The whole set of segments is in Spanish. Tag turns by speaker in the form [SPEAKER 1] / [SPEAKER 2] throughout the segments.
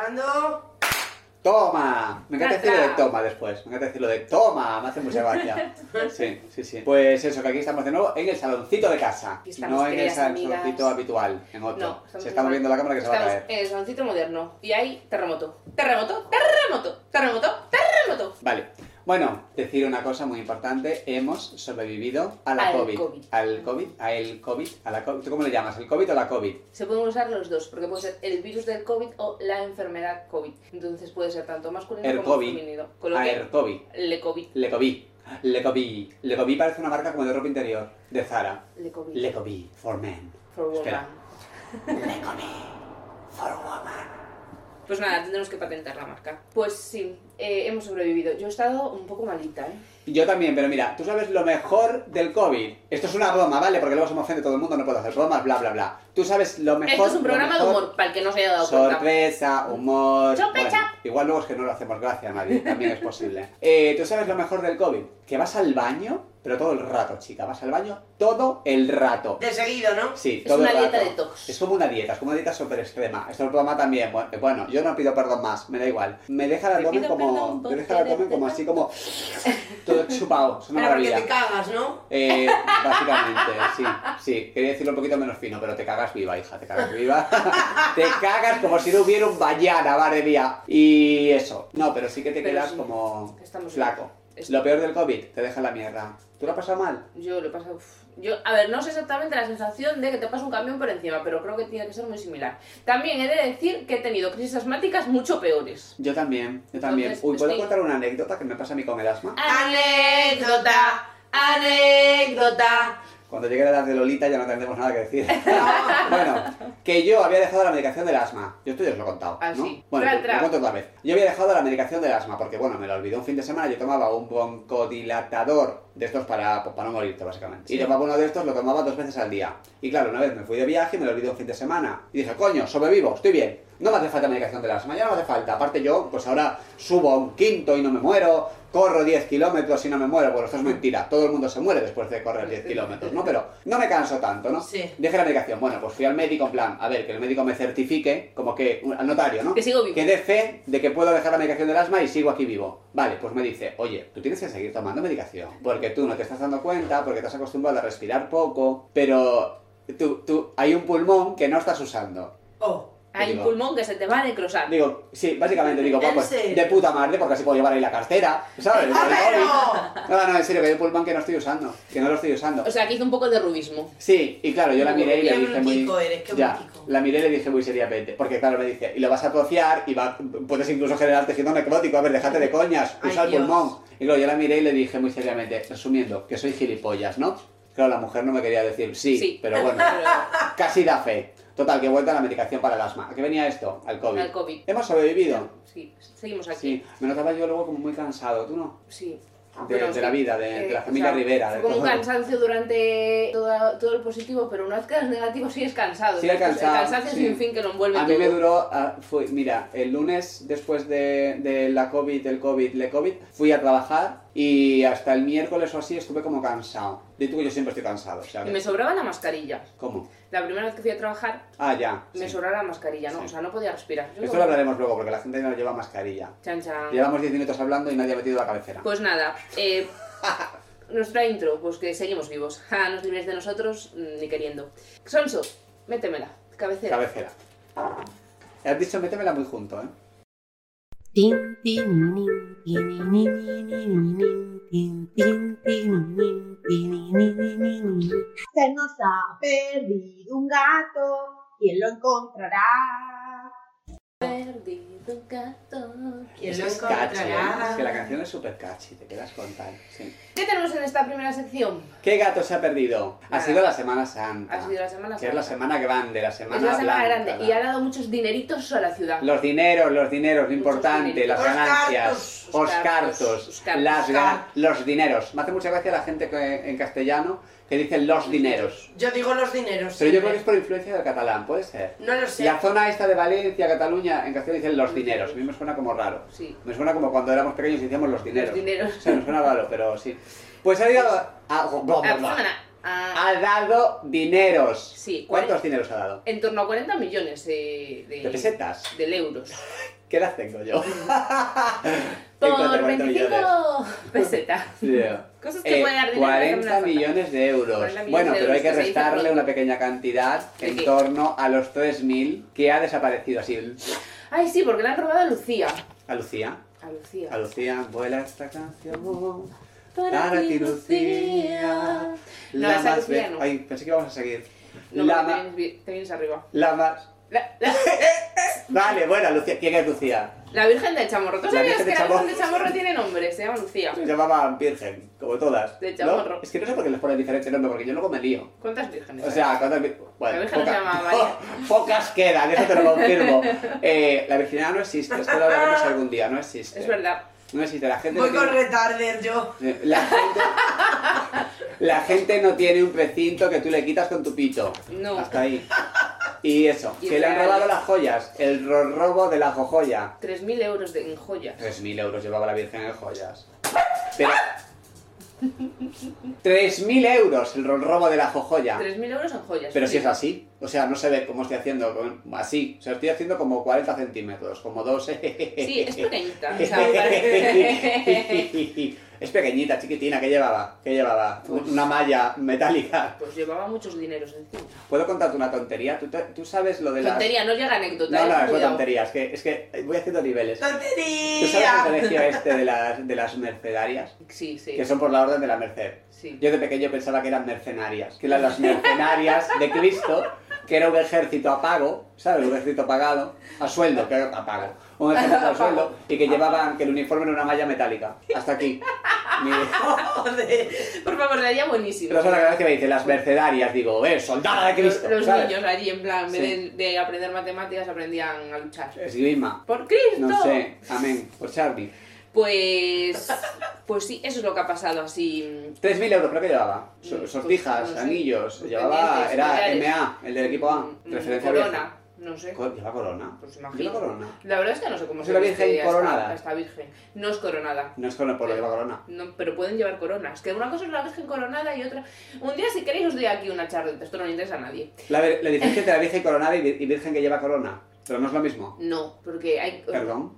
[SPEAKER 1] Grabando.
[SPEAKER 2] ¡Toma! Me encanta
[SPEAKER 3] Ya
[SPEAKER 2] decir lo de
[SPEAKER 3] está.
[SPEAKER 2] toma después. Me encanta decir lo de toma. Me hace mucha gracia. Sí, sí, sí. Pues eso, que aquí estamos de nuevo en el saloncito de casa.
[SPEAKER 3] Aquí estamos,
[SPEAKER 2] no en el
[SPEAKER 3] queridas
[SPEAKER 2] sal-
[SPEAKER 3] amigas.
[SPEAKER 2] saloncito habitual, en otro.
[SPEAKER 3] No, estamos
[SPEAKER 2] Se está
[SPEAKER 3] en-
[SPEAKER 2] moviendo la cámara que se va a
[SPEAKER 3] Estamos
[SPEAKER 2] caer.
[SPEAKER 3] en el saloncito moderno y hay terremoto. Terremoto, terremoto, terremoto, terremoto.
[SPEAKER 2] Vale. Bueno, decir una cosa muy importante. Hemos sobrevivido a la
[SPEAKER 3] Al
[SPEAKER 2] COVID.
[SPEAKER 3] COVID.
[SPEAKER 2] Al COVID. A el COVID. A la COVID. ¿Tú cómo le llamas? ¿El COVID o la COVID?
[SPEAKER 3] Se pueden usar los dos, porque puede ser el virus del COVID o la enfermedad COVID. Entonces puede ser tanto masculino
[SPEAKER 2] El
[SPEAKER 3] como
[SPEAKER 2] COVID.
[SPEAKER 3] femenino. Con Pues lo
[SPEAKER 2] A
[SPEAKER 3] que,
[SPEAKER 2] el COVID.
[SPEAKER 3] le COVID.
[SPEAKER 2] Le COVID. Le COVID. Le COVID parece una marca como de ropa interior. De Zara.
[SPEAKER 3] Le COVID.
[SPEAKER 2] Le COVID. For men.
[SPEAKER 3] for woman.
[SPEAKER 2] Espera. Le COVID. For woman.
[SPEAKER 3] Pues nada, tendremos que patentar la marca. Pues sí, eh, hemos sobrevivido. Yo he estado un poco malita, ¿eh?
[SPEAKER 2] Yo también, pero mira, tú sabes lo mejor del COVID. Esto es una broma, ¿vale? Porque luego se me ofende todo el mundo, no puedo hacer bromas, bla, bla, bla. Tú sabes lo mejor.
[SPEAKER 3] Esto es un
[SPEAKER 2] lo
[SPEAKER 3] programa de
[SPEAKER 2] mejor.
[SPEAKER 3] humor, para el que no se haya dado cuenta.
[SPEAKER 2] Sorpresa, humor.
[SPEAKER 3] Sospecha.
[SPEAKER 2] Bueno, igual luego es que no lo hacemos gracia a nadie, también es posible. Eh, tú sabes lo mejor del COVID, que vas al baño, pero todo el rato, chica, vas al baño todo el rato.
[SPEAKER 1] De seguido, ¿no?
[SPEAKER 2] Sí,
[SPEAKER 3] Es
[SPEAKER 2] todo
[SPEAKER 3] una
[SPEAKER 2] el rato.
[SPEAKER 3] dieta detox.
[SPEAKER 2] Es como una dieta, es como una dieta súper extrema. Esto es un programa también. bu- Bueno, yo no pido perdón más, me da igual. Me deja el
[SPEAKER 3] Te
[SPEAKER 2] abdomen
[SPEAKER 3] pido
[SPEAKER 2] como.
[SPEAKER 3] perdón
[SPEAKER 2] Me deja
[SPEAKER 3] por
[SPEAKER 2] el abdomen como así, como. Todo chupado. Es una
[SPEAKER 1] Pero porque
[SPEAKER 2] maravilla.
[SPEAKER 1] te cagas, ¿no?
[SPEAKER 2] Eh, básicamente, sí, sí. Quería decirlo un poquito menos fino, pero te cagas viva, hija, te cagas viva. te cagas como si no hubiera un mañana, madre mía. Y eso. No, pero sí que te
[SPEAKER 3] Pero
[SPEAKER 2] quedas
[SPEAKER 3] sí,
[SPEAKER 2] como
[SPEAKER 3] estamos
[SPEAKER 2] flaco.
[SPEAKER 3] bien.
[SPEAKER 2] Lo peor del COVID, te deja en la mierda. ¿Tú lo has pasado mal?
[SPEAKER 3] Yo lo he pasado. uf. Yo, a ver, no sé exactamente la sensación de que te pasa un camión por encima, pero creo que tiene que ser muy similar. También he de decir que he tenido crisis asmáticas mucho peores.
[SPEAKER 2] Yo también, yo también.
[SPEAKER 3] Entonces,
[SPEAKER 2] Uy, ¿puedo
[SPEAKER 3] estoy-
[SPEAKER 2] contar una anécdota que me pasa a mí con el asma?
[SPEAKER 1] Anécdota. Anécdota.
[SPEAKER 2] Cuando llegue la edad de Lolita ya no tendremos nada que decir. bueno, que yo había dejado la medicación del asma. Yo esto ya os lo he contado.
[SPEAKER 3] Ah,
[SPEAKER 2] ¿no?
[SPEAKER 3] sí.
[SPEAKER 2] Bueno,
[SPEAKER 3] Tra,
[SPEAKER 2] te-
[SPEAKER 3] tra.
[SPEAKER 2] lo cuento otra vez. Yo había dejado la medicación del asma porque, bueno, me la olvidé un fin de semana. Yo tomaba un broncodilatador de estos para, pues, para no morirte, básicamente. Y
[SPEAKER 3] Sí.
[SPEAKER 2] tomaba uno de estos, lo tomaba dos veces al día. Y claro, una vez me fui de viaje y me lo olvidé un fin de semana. Y dije, coño, sobrevivo, estoy bien. No me hace falta medicación del asma, ya no me hace falta. Aparte yo, pues ahora subo a un quinto y no me muero, corro 10 kilómetros y no me muero. Bueno, esto es mentira, todo el mundo se muere después de correr 10 kilómetros, ¿no? Pero no me canso tanto, ¿no?
[SPEAKER 1] Sí.
[SPEAKER 2] Dejé la medicación. Bueno, pues fui al médico en plan, a ver, que el médico me certifique, como que un- al notario, ¿no?
[SPEAKER 3] Que sigo vivo.
[SPEAKER 2] Que dé fe de que puedo dejar la medicación del asma y sigo aquí vivo. Vale, pues me dice, oye, tú tienes que seguir tomando medicación, porque tú no te estás dando cuenta, porque te has acostumbrado a respirar poco, pero tú, tú, hay un pulmón que no estás usando.
[SPEAKER 1] Oh.
[SPEAKER 3] Hay un
[SPEAKER 2] Digo.
[SPEAKER 3] pulmón que se te va a necrosar.
[SPEAKER 2] Digo, sí, básicamente digo,
[SPEAKER 1] ¿En
[SPEAKER 2] pues
[SPEAKER 1] serio?
[SPEAKER 2] de puta madre, porque así puedo llevar ahí la cartera, ¿sabes? Por el móvil.
[SPEAKER 1] ¡Pero!
[SPEAKER 2] No, no, en serio, que hay un pulmón que no estoy usando, que no lo estoy usando.
[SPEAKER 3] O sea, que hizo un poco de rubismo.
[SPEAKER 2] Sí, y claro, yo la miré y le
[SPEAKER 1] Qué
[SPEAKER 2] dije muy...
[SPEAKER 1] brutico eres, qué
[SPEAKER 2] ya,
[SPEAKER 1] brutico.
[SPEAKER 2] la miré y le dije muy seriamente, porque claro, me dice, y lo vas a atrofiar y va, puedes incluso generar tejido necrótico, a ver, déjate de coñas,
[SPEAKER 1] Ay,
[SPEAKER 2] usa el
[SPEAKER 1] Dios.
[SPEAKER 2] pulmón. Y luego yo la miré y le dije muy seriamente, resumiendo, que soy gilipollas, ¿no? Claro, la mujer no me quería decir sí,
[SPEAKER 3] Sí.
[SPEAKER 2] pero bueno,
[SPEAKER 3] Pero-
[SPEAKER 2] casi da fe. Total, que he vuelto a la medicación para el asma. ¿A qué venía esto? Al COVID.
[SPEAKER 3] Al COVID.
[SPEAKER 2] ¿Hemos sobrevivido?
[SPEAKER 3] Sí, seguimos aquí.
[SPEAKER 2] Sí. Me notaba yo luego como muy cansado, ¿tú no?
[SPEAKER 3] Sí.
[SPEAKER 2] De- de
[SPEAKER 3] Pero Ah, sí, Eh,
[SPEAKER 2] la vida, Eh, de- de la
[SPEAKER 3] o
[SPEAKER 2] familia Rivera,
[SPEAKER 3] fue
[SPEAKER 2] de
[SPEAKER 3] como un
[SPEAKER 2] todo.
[SPEAKER 3] cansancio durante toda- todo el positivo, pero una vez que eres negativo sigues cansado.
[SPEAKER 2] Sí, era
[SPEAKER 3] Entonces,
[SPEAKER 2] cansado,
[SPEAKER 3] El cansancio
[SPEAKER 2] sí.
[SPEAKER 3] es un fin que lo envuelve
[SPEAKER 2] A mí me
[SPEAKER 3] todo.
[SPEAKER 2] duró, ah, fui- mira, el lunes después de, de la COVID, del COVID, le COVID, fui a trabajar y hasta el miércoles o así estuve como cansado. De tú que yo siempre estoy cansado, o sea,
[SPEAKER 3] Y me sobraba la mascarilla.
[SPEAKER 2] ¿Cómo?
[SPEAKER 3] La primera vez que fui a trabajar
[SPEAKER 2] Ah, ya.
[SPEAKER 3] me
[SPEAKER 2] sí.
[SPEAKER 3] sobraba la mascarilla, ¿no?
[SPEAKER 2] Sí.
[SPEAKER 3] O sea, no podía respirar. Yo
[SPEAKER 2] Esto lo
[SPEAKER 3] como-
[SPEAKER 2] hablaremos luego porque la gente no lleva mascarilla.
[SPEAKER 3] Chan, chan.
[SPEAKER 2] Llevamos 10 minutos hablando y nadie ha metido la cabecera.
[SPEAKER 3] Ah. Pues nada, eh, nuestra intro, pues que seguimos vivos. Ja, nos libres de nosotros, mm, ni queriendo. Sonso, métemela, cabecera.
[SPEAKER 2] Cabecera. Has dicho métemela muy junto, ¿eh?
[SPEAKER 4] Tin, tin, nin, tin, nin, nin, nin, nin, tin, tin, tin, nin, tin, nin, nin, nin, nin.
[SPEAKER 5] Se nos ha perdido un gato, ¿quién lo encontrará?
[SPEAKER 3] Perdido un gato.
[SPEAKER 1] ¿Quién
[SPEAKER 2] Es
[SPEAKER 1] lo
[SPEAKER 2] que es catchy, ¿eh? Es que la
[SPEAKER 1] encontrará?
[SPEAKER 2] canción es súper catchy, te quedas con tal. sí.
[SPEAKER 3] ¿Qué tenemos en esta primera sección?
[SPEAKER 2] ¿Qué gato se ha perdido? Ha
[SPEAKER 3] Nada.
[SPEAKER 2] sido la Semana Santa.
[SPEAKER 3] Ha sido la semana
[SPEAKER 2] Ah, Que es la
[SPEAKER 3] Santa.
[SPEAKER 2] semana grande, la semana
[SPEAKER 3] Es la semana
[SPEAKER 2] blanca,
[SPEAKER 3] grande
[SPEAKER 2] la-
[SPEAKER 3] y ha dado muchos dineritos a la ciudad.
[SPEAKER 2] Los dineros, los dineros, lo
[SPEAKER 3] Muchos
[SPEAKER 2] importante,
[SPEAKER 3] dineritos.
[SPEAKER 2] las
[SPEAKER 1] Los
[SPEAKER 2] ganancias,
[SPEAKER 1] cartos.
[SPEAKER 2] los
[SPEAKER 3] Los cartos,
[SPEAKER 2] cartos,
[SPEAKER 3] los cartos.
[SPEAKER 2] las
[SPEAKER 1] Los
[SPEAKER 2] gana-
[SPEAKER 1] cartos.
[SPEAKER 2] los dineros. Me hace mucha gracia la gente que, en castellano que dice los dineros.
[SPEAKER 1] Yo digo los dineros.
[SPEAKER 2] Pero yo creo que
[SPEAKER 1] siempre.
[SPEAKER 2] es por influencia del catalán, puede ser.
[SPEAKER 1] No lo sé.
[SPEAKER 2] La zona esta de Valencia, Cataluña, en castellano dicen los dineros. A mí me suena como raro.
[SPEAKER 3] Sí.
[SPEAKER 2] Me suena como cuando éramos pequeños y decíamos los dineros.
[SPEAKER 3] dineros.
[SPEAKER 2] O sea, me suena raro, pero sí. Pues ha ido a... a-
[SPEAKER 3] Ah, pues, nada. Ah,
[SPEAKER 2] Ha dado dineros.
[SPEAKER 3] sí. Eh,
[SPEAKER 2] ¿Cuántos
[SPEAKER 3] cuaren-
[SPEAKER 2] dineros ha dado?
[SPEAKER 3] En torno a 40 millones de, de,
[SPEAKER 2] De pesetas.
[SPEAKER 3] del euros.
[SPEAKER 2] ¿Qué las tengo yo? En cuanto a
[SPEAKER 3] Por
[SPEAKER 2] 40 millones.
[SPEAKER 3] 25 pesetas.
[SPEAKER 2] Yeah.
[SPEAKER 3] Cosas que
[SPEAKER 2] Eh,
[SPEAKER 3] puede dar dinero. pero no
[SPEAKER 2] 40
[SPEAKER 3] las falta.
[SPEAKER 2] millones de euros.
[SPEAKER 3] 40 millones
[SPEAKER 2] bueno,
[SPEAKER 3] de
[SPEAKER 2] pero hay que
[SPEAKER 3] euros, que se dice
[SPEAKER 2] restarle
[SPEAKER 3] pronto.
[SPEAKER 2] una pequeña cantidad
[SPEAKER 3] ¿De
[SPEAKER 2] en
[SPEAKER 3] qué?
[SPEAKER 2] torno a los 3.000 que ha desaparecido así.
[SPEAKER 3] Ay, sí, porque le han robado a Lucía.
[SPEAKER 2] A Lucía.
[SPEAKER 3] A Lucía.
[SPEAKER 2] A Lucía, vuela esta canción. Para ti, Lucía.
[SPEAKER 3] No, esa Lucía
[SPEAKER 2] be-
[SPEAKER 3] no.
[SPEAKER 2] Ay, pensé que íbamos a seguir.
[SPEAKER 3] No,
[SPEAKER 2] la,
[SPEAKER 3] te,
[SPEAKER 2] ma-
[SPEAKER 3] vienes, bien- te vienes arriba.
[SPEAKER 2] la más.
[SPEAKER 3] La, la-
[SPEAKER 2] Vale, bueno, Lucía. ¿Quién es Lucía?
[SPEAKER 3] la Virgen del Chamorro. ¿Tú
[SPEAKER 2] La Virgen
[SPEAKER 3] sabías que
[SPEAKER 2] de
[SPEAKER 3] la Virgen
[SPEAKER 2] Chamorro.
[SPEAKER 3] del Chamorro tiene nombre? Se llama Lucía.
[SPEAKER 2] Se llamaba Virgen, como todas.
[SPEAKER 3] De
[SPEAKER 2] ¿no?
[SPEAKER 3] chamorro.
[SPEAKER 2] Es que no sé por qué les ponen diferente nombre, porque yo luego me lío.
[SPEAKER 3] ¿Cuántas vírgenes?
[SPEAKER 2] O
[SPEAKER 3] hay?
[SPEAKER 2] sea, cuando... Bueno,
[SPEAKER 3] La Virgen no se llama María.
[SPEAKER 2] pocas quedan, eso te lo confirmo. Eh, la virginidad no existe, esto lo hablaremos algún día, no existe.
[SPEAKER 3] es verdad.
[SPEAKER 2] No existe, la gente...
[SPEAKER 1] Voy
[SPEAKER 2] no
[SPEAKER 1] con
[SPEAKER 2] tiene...
[SPEAKER 1] retarder yo.
[SPEAKER 2] la, gente... la gente no tiene un precinto que tú le quitas con tu pito.
[SPEAKER 3] No.
[SPEAKER 2] Hasta ahí. Y eso,
[SPEAKER 3] Y
[SPEAKER 2] que le han
[SPEAKER 3] real.
[SPEAKER 2] robado las joyas, el ro- robo de la jojoya.
[SPEAKER 3] 3.000 euros de, en joyas.
[SPEAKER 2] 3.000 euros llevaba la Virgen en joyas. Pero... 3.000 euros el ro- robo de la jojoya.
[SPEAKER 3] 3.000 euros en joyas.
[SPEAKER 2] Pero si es
[SPEAKER 3] flipa.
[SPEAKER 2] así, o sea, no se ve cómo estoy haciendo, con- así, o sea, estoy haciendo como 40 centímetros, como dos.
[SPEAKER 3] Sí, es pequeñita. O sea, parece-
[SPEAKER 2] es pequeñita, chiquitina, ¿qué llevaba? ¿Qué llevaba?
[SPEAKER 3] Pues-
[SPEAKER 2] Una malla metálica.
[SPEAKER 3] Pues llevaba muchos dineros encima.
[SPEAKER 2] ¿Puedo contarte una tontería? ¿Tú, te- tú sabes lo de las...
[SPEAKER 3] Tontería, no llega
[SPEAKER 2] No,
[SPEAKER 3] anécdota.
[SPEAKER 2] no,
[SPEAKER 3] eh,
[SPEAKER 2] es una
[SPEAKER 3] cuidado.
[SPEAKER 2] tontería, es que, es que voy haciendo niveles. ¿Tú sabes el
[SPEAKER 1] ¡Tontería!
[SPEAKER 2] colegio este de las, de las mercedarias?
[SPEAKER 3] Sí, sí.
[SPEAKER 2] Que son por la orden de la merced.
[SPEAKER 3] sí.
[SPEAKER 2] Yo de pequeño pensaba que eran mercenarias, que eran las mercenarias de Cristo, que era un ejército a pago, ¿sabes? Un ejército pagado, a sueldo, que era a pago. Un ejército a sueldo y que llevaban, que el uniforme era una malla metálica, hasta aquí. Mi...
[SPEAKER 1] Joder.
[SPEAKER 3] Por favor, sería buenísimo.
[SPEAKER 2] Pero es la gracia que me dice, las mercenarias, digo, eh, soldada de Cristo,
[SPEAKER 3] los
[SPEAKER 2] ¿sabes?
[SPEAKER 3] niños allí, en plan, en vez
[SPEAKER 2] Sí.
[SPEAKER 3] de, de aprender matemáticas, aprendían a luchar.
[SPEAKER 2] Esgrima,
[SPEAKER 3] ¡Por Cristo!
[SPEAKER 2] no sé, amén, por Charlie.
[SPEAKER 3] Pues. Pues sí, eso es lo que ha pasado así.
[SPEAKER 2] 3.000 euros creo que llevaba, So-
[SPEAKER 3] Pues,
[SPEAKER 2] sortijas,
[SPEAKER 3] no sé.
[SPEAKER 2] anillos,
[SPEAKER 3] Pues
[SPEAKER 2] llevaba,
[SPEAKER 3] pendientes,
[SPEAKER 2] era
[SPEAKER 3] collares.
[SPEAKER 2] MA, el del equipo A,
[SPEAKER 3] mm,
[SPEAKER 2] referencia
[SPEAKER 3] Corona,
[SPEAKER 2] vieja.
[SPEAKER 3] no sé.
[SPEAKER 2] Co- ¿Lleva corona?
[SPEAKER 3] Pues
[SPEAKER 2] ¿Lleva
[SPEAKER 3] imagino.
[SPEAKER 2] corona?
[SPEAKER 3] La verdad es que no sé cómo
[SPEAKER 2] ¿Es
[SPEAKER 3] se
[SPEAKER 2] una
[SPEAKER 3] viste
[SPEAKER 2] virgen
[SPEAKER 3] a esta-
[SPEAKER 2] coronada?
[SPEAKER 3] a Esta virgen. No es coronada.
[SPEAKER 2] No es con el pueblo
[SPEAKER 3] Eh.
[SPEAKER 2] lleva corona.
[SPEAKER 3] No, pero pueden llevar coronas. Que una cosa es la virgen coronada y otra. Un día, si queréis, os doy aquí una charla. Esto no le interesa a nadie.
[SPEAKER 2] La, ver- la diferencia entre la virgen coronada y, vir- y virgen que lleva corona. Pero no es lo mismo.
[SPEAKER 3] No, porque hay.
[SPEAKER 2] Perdón.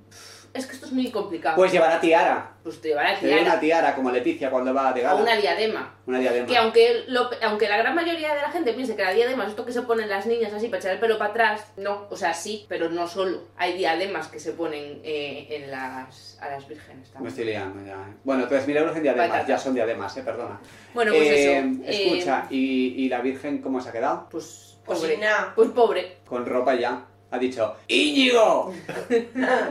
[SPEAKER 3] Es que esto es muy complicado.
[SPEAKER 2] Pues llevará tiara.
[SPEAKER 3] Pues te llevará
[SPEAKER 2] Se lleva una
[SPEAKER 3] tiara.
[SPEAKER 2] tiara como Leticia cuando va de
[SPEAKER 3] O
[SPEAKER 2] gala.
[SPEAKER 3] una diadema.
[SPEAKER 2] Una
[SPEAKER 3] Que
[SPEAKER 2] diadema.
[SPEAKER 3] aunque, lo- aunque la gran mayoría de la gente piense que la diadema es esto que se ponen las niñas así para echar el pelo para atrás, no, o sea, sí, pero no solo. Hay diademas que se ponen eh, en las, a las vírgenes
[SPEAKER 2] Me
[SPEAKER 3] también.
[SPEAKER 2] estoy liando ya. eh. Bueno, 3.000 euros en diademas.
[SPEAKER 3] Patata.
[SPEAKER 2] Ya son diademas, eh, perdona.
[SPEAKER 3] Bueno, pues
[SPEAKER 2] Eh,
[SPEAKER 3] eso. eh,
[SPEAKER 2] Escucha, ¿y, ¿y la virgen cómo se ha quedado?
[SPEAKER 3] pues
[SPEAKER 1] Pues
[SPEAKER 3] pobre.
[SPEAKER 1] sin nada.
[SPEAKER 3] Pues pobre.
[SPEAKER 2] Con ropa ya. Ha dicho, Íñigo,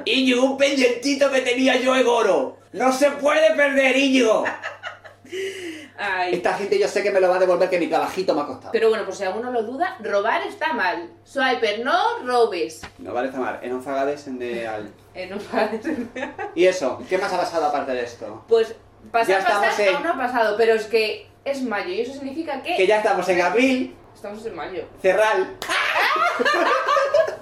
[SPEAKER 2] Íñigo, un pendientito que tenía yo en oro. No se puede perder, Íñigo.
[SPEAKER 3] Ay.
[SPEAKER 2] Esta gente yo sé que me lo va a devolver que mi trabajito me ha costado.
[SPEAKER 3] Pero bueno, pues si alguno lo duda, robar está mal. Swiper, no robes.
[SPEAKER 2] No vale mal, en un fagades en de al...
[SPEAKER 3] Eh, no pares.
[SPEAKER 2] Y eso, ¿qué más ha pasado aparte de esto?
[SPEAKER 3] Pues
[SPEAKER 2] Ya
[SPEAKER 3] pasar,
[SPEAKER 2] estamos
[SPEAKER 3] pasar,
[SPEAKER 2] en-
[SPEAKER 3] aún no ha pasado, pero es que es mayo y eso significa que,
[SPEAKER 2] Que ya estamos en abril,
[SPEAKER 3] estamos en mayo.
[SPEAKER 2] cerral.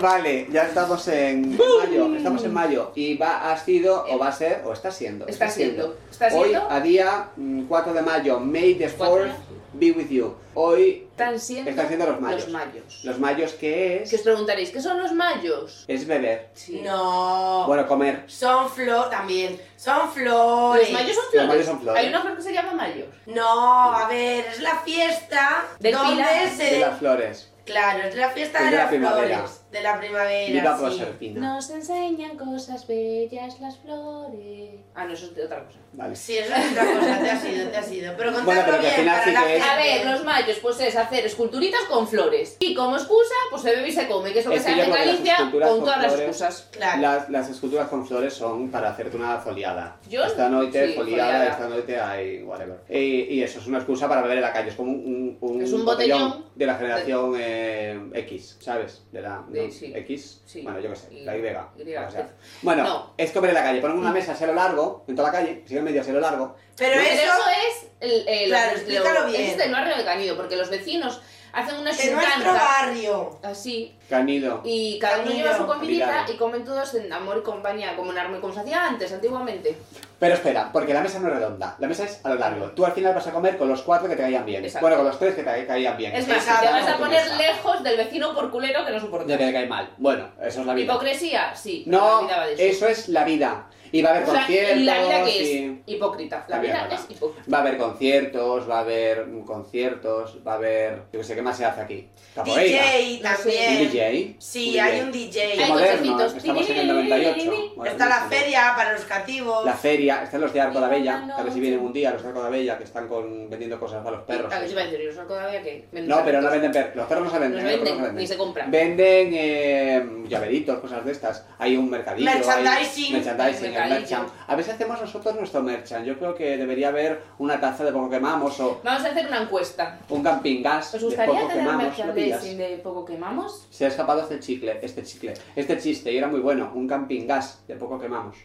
[SPEAKER 2] Vale, ya estamos en mayo, estamos en mayo y va, ha sido o va a ser o está siendo.
[SPEAKER 3] Está siendo. Está
[SPEAKER 2] Hoy
[SPEAKER 3] siendo.
[SPEAKER 2] a día mm, 4 de mayo, May the
[SPEAKER 3] Cuatro
[SPEAKER 2] 4th be with you. Hoy
[SPEAKER 3] Están siendo,
[SPEAKER 2] Están siendo los mayos.
[SPEAKER 3] Los mayos.
[SPEAKER 2] los mayos qué
[SPEAKER 3] Que os
[SPEAKER 2] es?
[SPEAKER 3] preguntaréis, ¿qué son los mayos?
[SPEAKER 2] Es beber.
[SPEAKER 3] Sí.
[SPEAKER 1] No.
[SPEAKER 2] Bueno, comer.
[SPEAKER 1] Son flores también. Son
[SPEAKER 3] Los
[SPEAKER 1] flores.
[SPEAKER 3] mayos son
[SPEAKER 2] Los
[SPEAKER 3] flores.
[SPEAKER 2] mayos son flores.
[SPEAKER 3] Hay una flor que se llama mayo.
[SPEAKER 1] No, a ver, es la fiesta
[SPEAKER 3] Del
[SPEAKER 1] donde
[SPEAKER 3] Pilar.
[SPEAKER 1] se.
[SPEAKER 2] De las flores.
[SPEAKER 1] Claro, es la fiesta
[SPEAKER 2] Es
[SPEAKER 1] de,
[SPEAKER 2] de la
[SPEAKER 1] las
[SPEAKER 2] primavera.
[SPEAKER 1] flores. De la
[SPEAKER 2] Viva
[SPEAKER 1] primavera.
[SPEAKER 2] por
[SPEAKER 1] sí.
[SPEAKER 2] Serpina.
[SPEAKER 3] Nos enseñan cosas bellas las flores. Ah, no, eso es de otra cosa.
[SPEAKER 2] Vale.
[SPEAKER 1] Sí, eso es otra cosa, te ha sido, te ha sido. Pero contadlo
[SPEAKER 2] Bueno, pero que al
[SPEAKER 1] bien
[SPEAKER 2] final
[SPEAKER 1] para
[SPEAKER 2] sí
[SPEAKER 1] la
[SPEAKER 2] que es-
[SPEAKER 1] gente.
[SPEAKER 3] A ver, los mayos, pues es hacer esculturitas con flores. Y como excusa, pues se bebe y se come, que es lo que
[SPEAKER 2] Es
[SPEAKER 3] se
[SPEAKER 2] que yo
[SPEAKER 3] hace en
[SPEAKER 2] creo que las
[SPEAKER 3] Galicia con
[SPEAKER 2] esculturas con
[SPEAKER 3] todas las
[SPEAKER 2] flores-
[SPEAKER 3] excusas.
[SPEAKER 1] Claro.
[SPEAKER 2] Las, las esculturas con flores son para hacerte una foliada.
[SPEAKER 3] Yo-
[SPEAKER 2] esta noche
[SPEAKER 3] sí,
[SPEAKER 2] foliada,
[SPEAKER 3] foliada.
[SPEAKER 2] esta noche hay whatever. Y, y eso es una excusa para beber en la calle. Es como un, un,
[SPEAKER 3] Es un botellón
[SPEAKER 2] de la generación eh, X, ¿sabes? De la ¿no?
[SPEAKER 3] De- sí.
[SPEAKER 2] X.
[SPEAKER 3] Sí.
[SPEAKER 2] Bueno, yo qué sé,
[SPEAKER 3] Y-
[SPEAKER 2] la Y.
[SPEAKER 3] Y.
[SPEAKER 2] o sea. Bueno,
[SPEAKER 3] No.
[SPEAKER 2] es comer en la calle. Ponen una mesa a cero largo, en toda la calle, sigue medio a cero largo.
[SPEAKER 1] Pero
[SPEAKER 3] Pero
[SPEAKER 1] eso,
[SPEAKER 3] eso es. El, el-
[SPEAKER 1] Claro,
[SPEAKER 3] lo-
[SPEAKER 1] explícalo bien.
[SPEAKER 3] eso es del barrio de Canido, porque los vecinos hacen una
[SPEAKER 1] de nuestro
[SPEAKER 3] chucanza.
[SPEAKER 1] barrio.
[SPEAKER 3] Así,
[SPEAKER 2] Canido.
[SPEAKER 3] Y cada uno
[SPEAKER 1] Canido.
[SPEAKER 3] lleva su comidita
[SPEAKER 2] Mirado.
[SPEAKER 3] y comen todos en amor y compañía, como en armonía, como se hacía antes, antiguamente.
[SPEAKER 2] Pero espera, porque la mesa no es redonda, la mesa es a lo largo. Tú al final vas a comer con los cuatro que te caían bien.
[SPEAKER 3] Exacto.
[SPEAKER 2] Bueno, con los tres que te caían bien.
[SPEAKER 3] Es más,
[SPEAKER 1] Cada
[SPEAKER 3] te
[SPEAKER 2] Cada
[SPEAKER 3] vas
[SPEAKER 2] uno
[SPEAKER 3] a
[SPEAKER 2] tu
[SPEAKER 3] poner
[SPEAKER 2] mesa.
[SPEAKER 3] lejos del vecino por culero que no
[SPEAKER 2] De
[SPEAKER 3] soporta.
[SPEAKER 2] que te cae mal. Bueno, eso es la vida.
[SPEAKER 3] ¿Hipocresía? Sí. me
[SPEAKER 2] No,
[SPEAKER 3] olvidaba de eso.
[SPEAKER 2] eso es la vida. Y va a haber
[SPEAKER 3] O sea,
[SPEAKER 2] conciertos.
[SPEAKER 3] ¿Y la vida qué
[SPEAKER 2] y-
[SPEAKER 3] es? Hipócrita. La
[SPEAKER 2] La vida
[SPEAKER 3] vida
[SPEAKER 2] es
[SPEAKER 3] es hipócrita.
[SPEAKER 2] Va a haber conciertos, va a haber mm, conciertos, va a haber. Yo qué sé, ¿qué más se hace aquí? Capoeira.
[SPEAKER 1] DJ
[SPEAKER 3] No sé.
[SPEAKER 2] Un
[SPEAKER 1] también.
[SPEAKER 2] DJ.
[SPEAKER 1] Sí,
[SPEAKER 2] Un DJ.
[SPEAKER 1] hay un DJ.
[SPEAKER 2] Qué
[SPEAKER 3] eh, Hay
[SPEAKER 2] moderno, ¿eh?
[SPEAKER 3] cochecitos.
[SPEAKER 2] estamos en el 98. Modernísimo.
[SPEAKER 1] Está la feria para los cativos.
[SPEAKER 2] La feria, están los de Arco de Bella, que a ver si vienen un día los de Arco de Bella que están con, vendiendo cosas para los perros.
[SPEAKER 3] A que se va a decir, yo soy todavía que venden
[SPEAKER 2] No, pero no
[SPEAKER 3] perritos.
[SPEAKER 2] venden perros. Los perros no se venden. ¿eh?
[SPEAKER 3] No se
[SPEAKER 2] los perros
[SPEAKER 3] venden, ni se compran.
[SPEAKER 2] Venden eh, llaveritos, cosas de estas. Hay un mercadillo. hay
[SPEAKER 1] Merchandising.
[SPEAKER 2] merchandising, el
[SPEAKER 3] Mercadillo.
[SPEAKER 2] merchan. A ver si hacemos nosotros nuestro merchan. Yo creo que debería haber una taza de poco quemamos o
[SPEAKER 3] Vamos a hacer una encuesta.
[SPEAKER 2] un camping gas
[SPEAKER 3] ¿Os
[SPEAKER 2] de
[SPEAKER 3] gustaría
[SPEAKER 2] poco
[SPEAKER 3] tener
[SPEAKER 2] quemamos. ¿Lo pillas?
[SPEAKER 3] merchandising de poco quemamos?
[SPEAKER 2] Se ha escapado este chicle, este chicle, este chiste y era muy bueno. Un camping gas de poco quemamos.